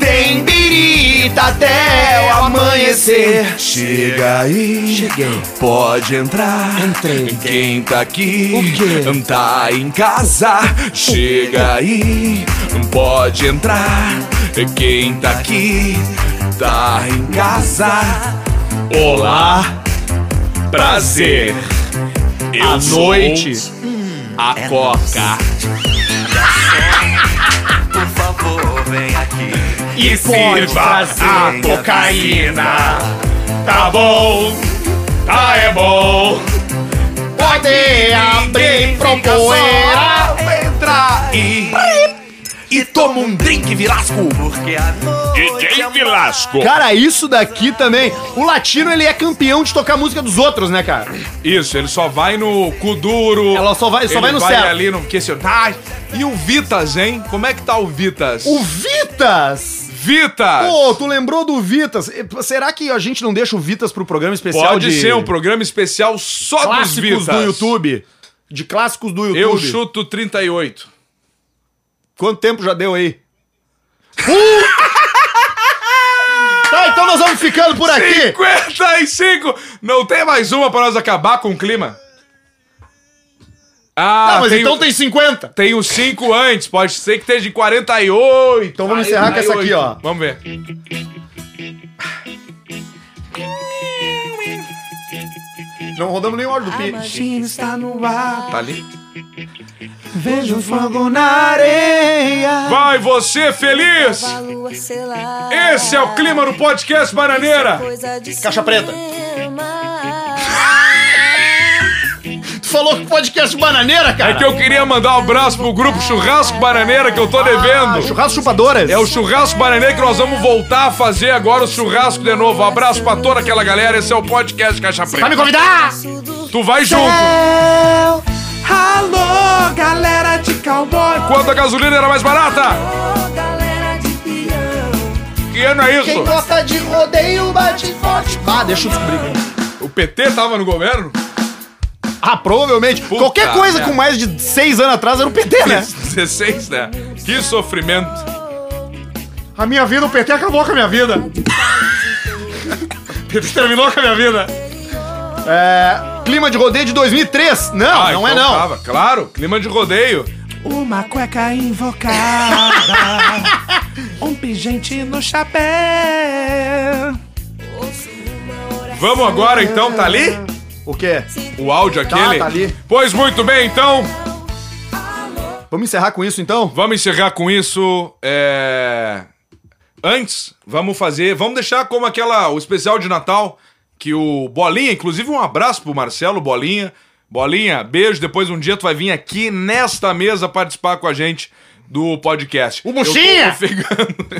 Tem birita até o amanhecer. Chega aí, cheguei. Pode entrar. Entrei. Quem tá aqui? O quê? Tá em casa. Chega aí, pode entrar. Quem tá aqui? Tá em casa. Olá, prazer. Eu
À noite,
a coca. Por favor, vem aqui. E sirva a cocaína. Tá bom, tá é bom.
Pode abrir pro poeira.
entra e... E toma um drink, Vilasco. DJ é um Vilasco.
Cara, isso daqui também. O latino, ele é campeão de tocar música dos outros, né, cara?
Isso, ele só vai no cu duro.
Ela só vai- só
ele
vai no certo.
ali no... Que esse... Ai, e o Vitas, hein? Como é que tá o Vitas?
O Vitas!
Vitas!
Pô, tu lembrou do Vitas? E, p- Será que a gente não deixa o Vitas pro programa especial
Pode
de
ser um programa especial só dos
clássicos
Vitas.
do YouTube? De clássicos do YouTube.
Eu chuto 38.
Quanto tempo já deu aí? Uh! tá, então nós vamos ficando por aqui.
55! Não tem mais uma pra nós acabar com o clima? Ah,
Ah, mas
tem,
então
o-
tem 50.
tem os 5 antes. Pode ser que esteja de 48.
Então vamos encerrar com essa aqui, ó.
Vamos ver.
Não rodamos nem o áudio do Pi.
Imagina está no ar,
Tá ali.
vejo fogo na areia.
Vai você feliz!
A
né?
lua selar.
Esse é o clima do podcast Bananeira.
Coisa de
Caixa preta.
cinema.
Tu falou que podcast bananeira, cara.
É que eu queria mandar um abraço pro grupo Churrasco Bananeira que eu tô
Ah,
devendo.
Churrasco chupadoras.
É o Churrasco Bananeira que nós vamos voltar a fazer agora o churrasco de novo. Um abraço pra toda aquela galera. Esse é o podcast Caixa
Vai me
Preta.
convidar?
Tu vai junto.
Céu, alô, galera de cowboy.
Quando a gasolina era mais barata?
Galera de peão.
Que ano é isso?
gosta de rodeio bate forte. Ah, deixa eu descobrir.
O PT tava no governo?
Ah, provavelmente.
Puta
Qualquer coisa
merda.
com mais de seis anos atrás era o PT,
É.
né?
16, né? Que sofrimento.
A minha vida, o PT acabou com a minha vida.
PT terminou com a minha vida.
É, clima de rodeio de 2003. Não,
Ah,
não
então
é não.
Tava. Claro, clima de rodeio.
Uma cueca invocada, um pingente no chapéu.
Vamos agora então, tá ali?
O quê?
O áudio
Tá,
aquele?
tá ali.
Pois muito bem, então.
Vamos encerrar com isso então?
Vamos encerrar com isso. é, Antes, vamos fazer. Vamos deixar como aquela. O especial de Natal. Que o Bolinha, inclusive um abraço pro Marcelo Bolinha. Bolinha, beijo. Depois um dia tu vai vir aqui nesta mesa participar com a gente do podcast. O
Muxinha!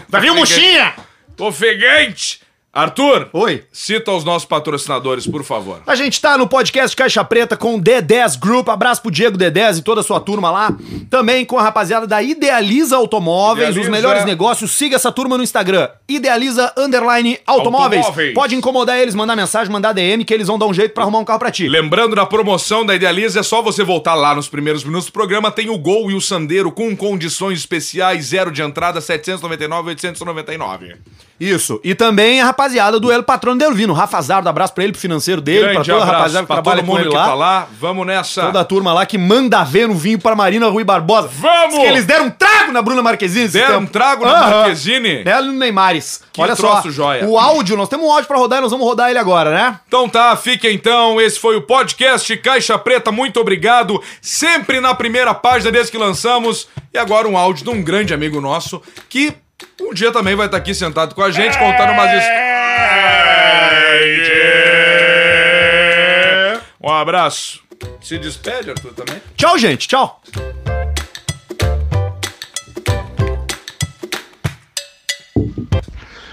Vai vir o Muxinha!
Tô ofegante! Arthur!
Oi!
Cita os nossos patrocinadores, por favor.
A gente tá no podcast Caixa Preta com o D10 Group. Abraço pro Diego D10 e toda a sua turma lá. Também com a rapaziada da Idealiza Automóveis,
Idealiza.
os melhores negócios. Siga essa turma no Instagram, Idealiza Underline Automóveis.
Automóveis.
Pode incomodar eles, mandar mensagem, mandar DM, que eles vão dar um jeito pra arrumar um carro pra ti.
Lembrando da promoção da Idealiza, é só você voltar lá nos primeiros minutos do programa. Tem o Gol e o Sandeiro com condições especiais, zero de entrada, 799, 899.
Isso. E também a rapaziada do El Patrono Delvino. Rafa Zardo, abraço pra ele, pro financeiro dele, pra toda a rapaziada que
pra
trabalha
todo
com
mundo
ele
que
lá.
tá lá. Vamos nessa.
Toda a turma lá que manda ver no vinho para Marina Rui Barbosa.
Vamos!
Diz que eles deram um trago na Bruna Marquezine. esse
Deram um
tempo.
trago na
Aham.
Marquezine?
Dela e no Neymares.
Que
Olha só.
troço joia.
O áudio, nós temos um áudio pra rodar e nós vamos rodar ele agora, né?
Então tá, fica então. Esse foi o podcast Caixa Preta. Muito obrigado. Sempre na primeira página desde que lançamos. E agora um áudio de um grande amigo nosso que um dia também vai estar aqui sentado com a gente contando umas histórias. Um abraço. Se despede, Arthur, também.
Tchau, gente. Tchau.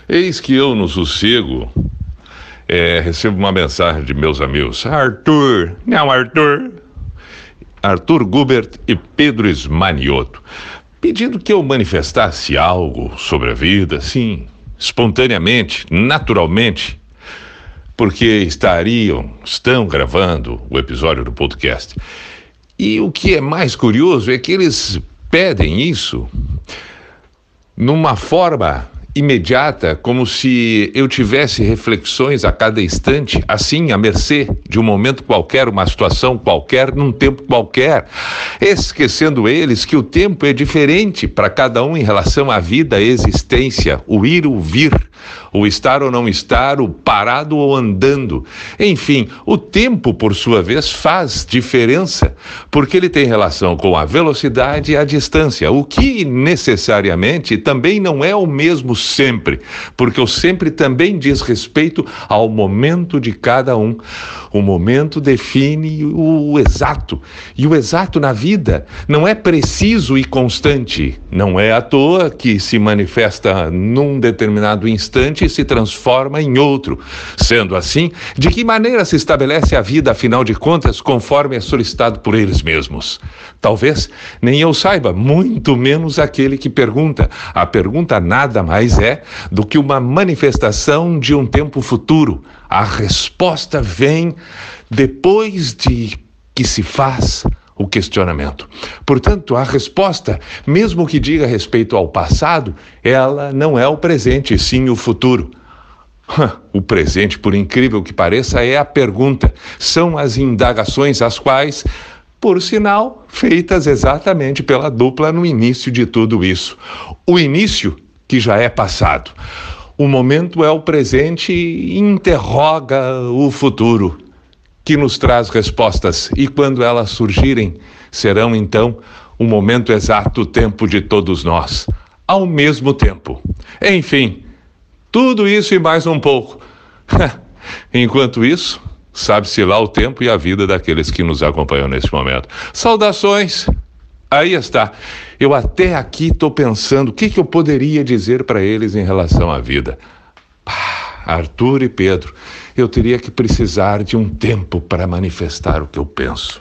Eis que eu, no sossego, eh, recebo uma mensagem de meus amigos. Arthur, não, Arthur. Arthur Gubert e Pedro Esmanioto, pedindo que eu manifestasse algo sobre a vida, sim, espontaneamente, naturalmente, porque estariam, estão gravando o episódio do podcast. E o que é mais curioso é que eles pedem isso numa forma imediata, como se eu tivesse reflexões a cada instante, assim, à mercê de um momento qualquer, uma situação qualquer, num tempo qualquer, esquecendo eles que o tempo é diferente para cada um em relação à vida, à existência, o ir, o vir, o estar ou não estar, o parado ou andando. Enfim, o tempo, por sua vez, faz diferença, porque ele tem relação com a velocidade e a distância, o que necessariamente também não é o mesmo sempre, porque o sempre também diz respeito ao momento de cada um. O momento define o exato, e o exato na vida não é preciso e constante, não é à toa que se manifesta num determinado instante e se transforma em outro. Sendo assim, de que maneira se estabelece a vida, afinal de contas, conforme é solicitado por eles mesmos? Talvez nem eu saiba, muito menos aquele que pergunta. A pergunta nada mais é do que uma manifestação de um tempo futuro. A resposta vem depois de que se faz o questionamento. Portanto, a resposta, mesmo que diga respeito ao passado, ela não é o presente, sim o futuro. O presente, por incrível que pareça, é a pergunta. São as indagações as quais, por sinal, feitas exatamente pela dupla no início de tudo isso. O início que já é passado. O momento é o presente e interroga o futuro, que nos traz respostas. E quando elas surgirem, serão então o momento exato, o tempo de todos nós, ao mesmo tempo. Enfim. Tudo isso e mais um pouco. Enquanto isso, sabe-se lá o tempo e a vida daqueles que nos acompanham neste momento. Saudações! Aí está. Eu até aqui estou pensando o que, que eu poderia dizer para eles em relação à vida. Pá, Arthur e Pedro, eu teria que precisar de um tempo para manifestar o que eu penso.